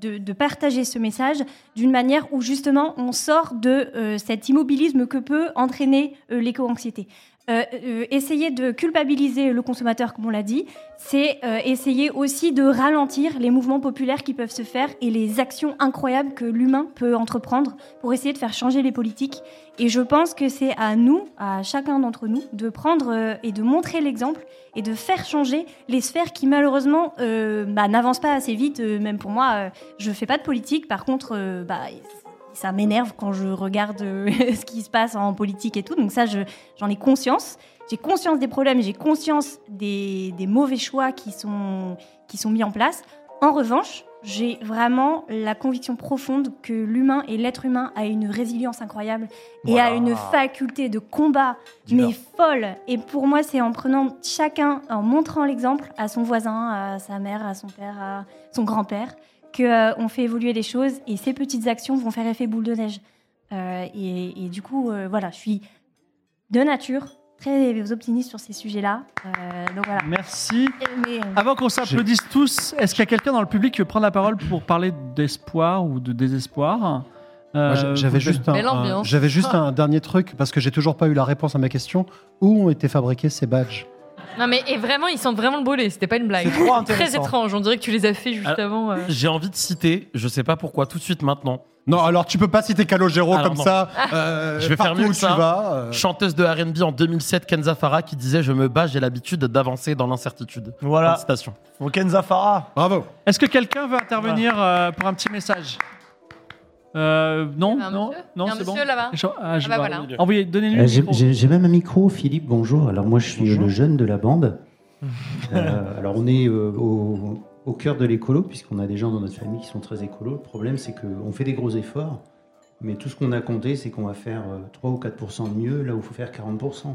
[SPEAKER 4] de, de partager ce message d'une manière où justement on sort de euh, cet immobilisme que peut entraîner euh, l'éco-anxiété. Euh, euh, essayer de culpabiliser le consommateur, comme on l'a dit, c'est euh, essayer aussi de ralentir les mouvements populaires qui peuvent se faire et les actions incroyables que l'humain peut entreprendre pour essayer de faire changer les politiques. Et je pense que c'est à nous, à chacun d'entre nous, de prendre euh, et de montrer l'exemple et de faire changer les sphères qui malheureusement euh, bah, n'avancent pas assez vite. Euh, même pour moi, euh, je fais pas de politique. Par contre, euh, bah, ça m'énerve quand je regarde euh, ce qui se passe en politique et tout. Donc ça, je- j'en ai conscience. J'ai conscience des problèmes, j'ai conscience des, des mauvais choix qui sont, qui sont mis en place. En revanche, j'ai vraiment la conviction profonde que l'humain et l'être humain a une résilience incroyable et a une faculté de combat, mais folle. Et pour moi, c'est en prenant chacun, en montrant l'exemple à son voisin, à sa mère, à son père, à son grand-père, que euh, on fait évoluer les choses et ces petites actions vont faire effet boule de neige. Euh, et, et du coup, euh, voilà, je suis de nature très optimiste sur ces sujets-là. Euh, donc voilà.
[SPEAKER 1] Merci.
[SPEAKER 4] Mais, euh,
[SPEAKER 1] Avant qu'on s'applaudisse tous, est-ce qu'il y a quelqu'un dans le public qui veut prendre la parole pour parler d'espoir ou de désespoir Euh,
[SPEAKER 5] Moi, j'a- J'avais
[SPEAKER 1] vous-
[SPEAKER 5] juste, un,
[SPEAKER 3] Belle
[SPEAKER 5] un-
[SPEAKER 3] ambiance.
[SPEAKER 5] j'avais juste un dernier truc, parce que j'ai toujours pas eu la réponse à ma question. Où ont été fabriqués ces badges
[SPEAKER 3] Non mais et vraiment, ils sentent vraiment le bolet. C'était pas une blague.
[SPEAKER 6] C'est trop
[SPEAKER 3] Très
[SPEAKER 6] intéressant.
[SPEAKER 3] étrange. On dirait que tu les as fait juste
[SPEAKER 1] Ah,
[SPEAKER 2] Alors-
[SPEAKER 3] avant. euh.
[SPEAKER 2] J'ai envie de citer, je sais pas pourquoi, tout de suite maintenant,
[SPEAKER 5] Non, alors tu peux pas citer Calogero
[SPEAKER 2] Alors,
[SPEAKER 5] comme
[SPEAKER 2] non.
[SPEAKER 5] ça. euh,
[SPEAKER 2] Je vais faire
[SPEAKER 5] partout
[SPEAKER 2] mieux
[SPEAKER 5] où
[SPEAKER 2] que
[SPEAKER 5] tu
[SPEAKER 2] ça.
[SPEAKER 5] vas. euh.
[SPEAKER 2] Chanteuse de RB en 2007, Kenza Farah, qui disait Je me bats, j'ai l'habitude d'avancer dans l'incertitude. Fin de
[SPEAKER 6] Voilà.
[SPEAKER 2] citation.
[SPEAKER 6] Mon Kenza Farah.
[SPEAKER 5] Bravo.
[SPEAKER 1] Est-ce que quelqu'un veut intervenir euh, pour un petit message Euh, Non,
[SPEAKER 3] Il y a un
[SPEAKER 1] non,
[SPEAKER 3] monsieur
[SPEAKER 1] non,
[SPEAKER 3] Il y a un
[SPEAKER 1] c'est bon.
[SPEAKER 3] monsieur là-bas.
[SPEAKER 1] Je- ah, je
[SPEAKER 3] Ah bah
[SPEAKER 1] vois.
[SPEAKER 3] voilà.
[SPEAKER 1] Envoyez, donnez-lui.
[SPEAKER 5] Eh,
[SPEAKER 8] Euh,
[SPEAKER 1] le
[SPEAKER 8] J'ai
[SPEAKER 1] micro.
[SPEAKER 8] j'ai- j'ai même un micro, Philippe, bonjour. Alors moi je suis le jeune de la bande. Euh, alors on est euh, au, au cœur de l'écolo, puisqu'on a des gens dans notre famille qui sont très écolos. Le problème c'est qu'on fait des gros efforts, mais tout ce qu'on a compté c'est qu'on va faire euh, 3 ou 4% de mieux là où il faut faire 40%.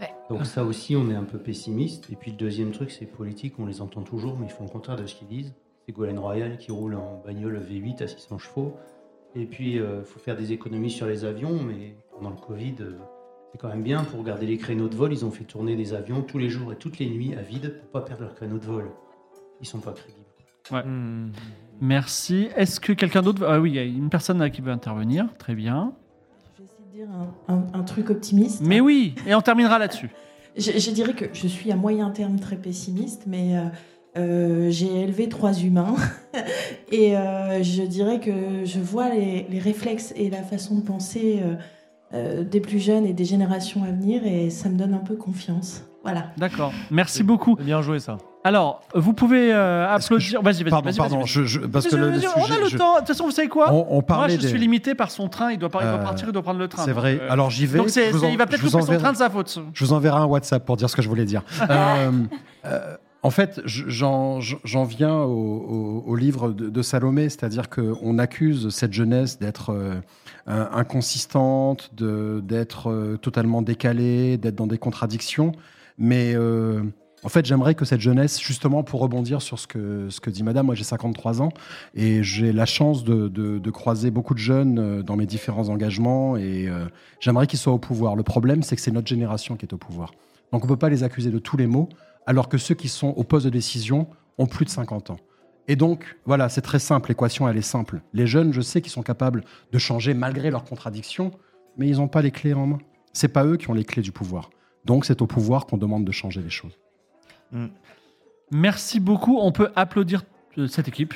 [SPEAKER 3] Ouais.
[SPEAKER 8] Donc ça aussi on est un peu pessimiste. Et puis le deuxième truc c'est politique, on les entend toujours, mais ils font le contraire de ce qu'ils disent. C'est Golène Royal qui roule en bagnole V8 à 600 chevaux. Et puis, il faut faire des économies sur les avions, mais pendant le Covid, euh, c'est quand même bien pour garder les créneaux de vol. Ils ont fait tourner des avions tous les jours et toutes les nuits à vide pour pas perdre leurs créneaux de vol. Ils sont pas crédibles.
[SPEAKER 1] Merci. Est-ce que quelqu'un d'autre. veut- Ah oui, il y a une personne là qui veut intervenir. Très bien.
[SPEAKER 9] Je vais essayer de dire un, un- un truc optimiste.
[SPEAKER 1] Mais oui, et on terminera là-dessus.
[SPEAKER 9] Je, je dirais que je suis à moyen terme très pessimiste, mais euh, euh, j'ai élevé trois humains Et euh, je dirais que je vois les, les réflexes et la façon de penser euh, euh, des plus jeunes et des générations à venir et ça me donne un peu confiance. Voilà.
[SPEAKER 1] D'accord. Merci beaucoup.
[SPEAKER 6] C'est Bien joué ça.
[SPEAKER 1] Alors, vous pouvez euh,
[SPEAKER 5] Est-ce que je-
[SPEAKER 1] applaudir. Vas-y, vas-y,
[SPEAKER 5] Pardon,
[SPEAKER 1] vas-y, vas-y,
[SPEAKER 5] pardon,
[SPEAKER 1] vas-y.
[SPEAKER 5] je- je- parce
[SPEAKER 1] Mais
[SPEAKER 5] que
[SPEAKER 1] je-
[SPEAKER 5] le,
[SPEAKER 1] je-
[SPEAKER 5] le sujet.
[SPEAKER 1] on a le
[SPEAKER 5] je-
[SPEAKER 1] temps. De toute façon, vous savez quoi
[SPEAKER 5] On, on parlait
[SPEAKER 1] Moi, je
[SPEAKER 5] des-
[SPEAKER 1] suis limité par son train. Il doit, pas, il doit
[SPEAKER 5] Euh,
[SPEAKER 1] partir, il doit prendre le train.
[SPEAKER 5] C'est vrai.
[SPEAKER 1] Euh,
[SPEAKER 5] Alors j'y vais.
[SPEAKER 1] donc, c'est-
[SPEAKER 5] je vous en-
[SPEAKER 1] c'est- il va peut-être
[SPEAKER 5] je vous
[SPEAKER 1] couper son
[SPEAKER 5] enverrai-
[SPEAKER 1] train de sa faute.
[SPEAKER 5] Je vous enverrai un WhatsApp pour dire ce que je voulais dire. Euh, euh, en fait, je- j'en j'en viens au, au- au livre de, de Salomé, c'est-à-dire qu'on accuse cette jeunesse d'être euh, euh, inconsistante, de- d'être euh, totalement décalée, d'être dans des contradictions. Mais euh, en fait, j'aimerais que cette jeunesse, justement, pour rebondir sur ce que, ce que dit Madame, moi j'ai 53 ans et j'ai la chance de, de- de croiser beaucoup de jeunes euh, dans mes différents engagements et euh, j'aimerais qu'ils soient au pouvoir. Le problème, c'est que c'est notre génération qui est au pouvoir. Donc on ne peut pas les accuser de tous les maux, alors que ceux qui sont au poste de décision ont plus de 50 ans. Et donc, voilà, c'est très simple, l'équation, elle est simple. Les jeunes, je sais qu'ils sont capables de changer malgré leurs contradictions, mais ils n'ont pas les clés en main. C'est pas eux qui ont les clés du pouvoir. Donc c'est au pouvoir qu'on demande de changer les choses.
[SPEAKER 1] Merci beaucoup. On peut applaudir euh, cette équipe.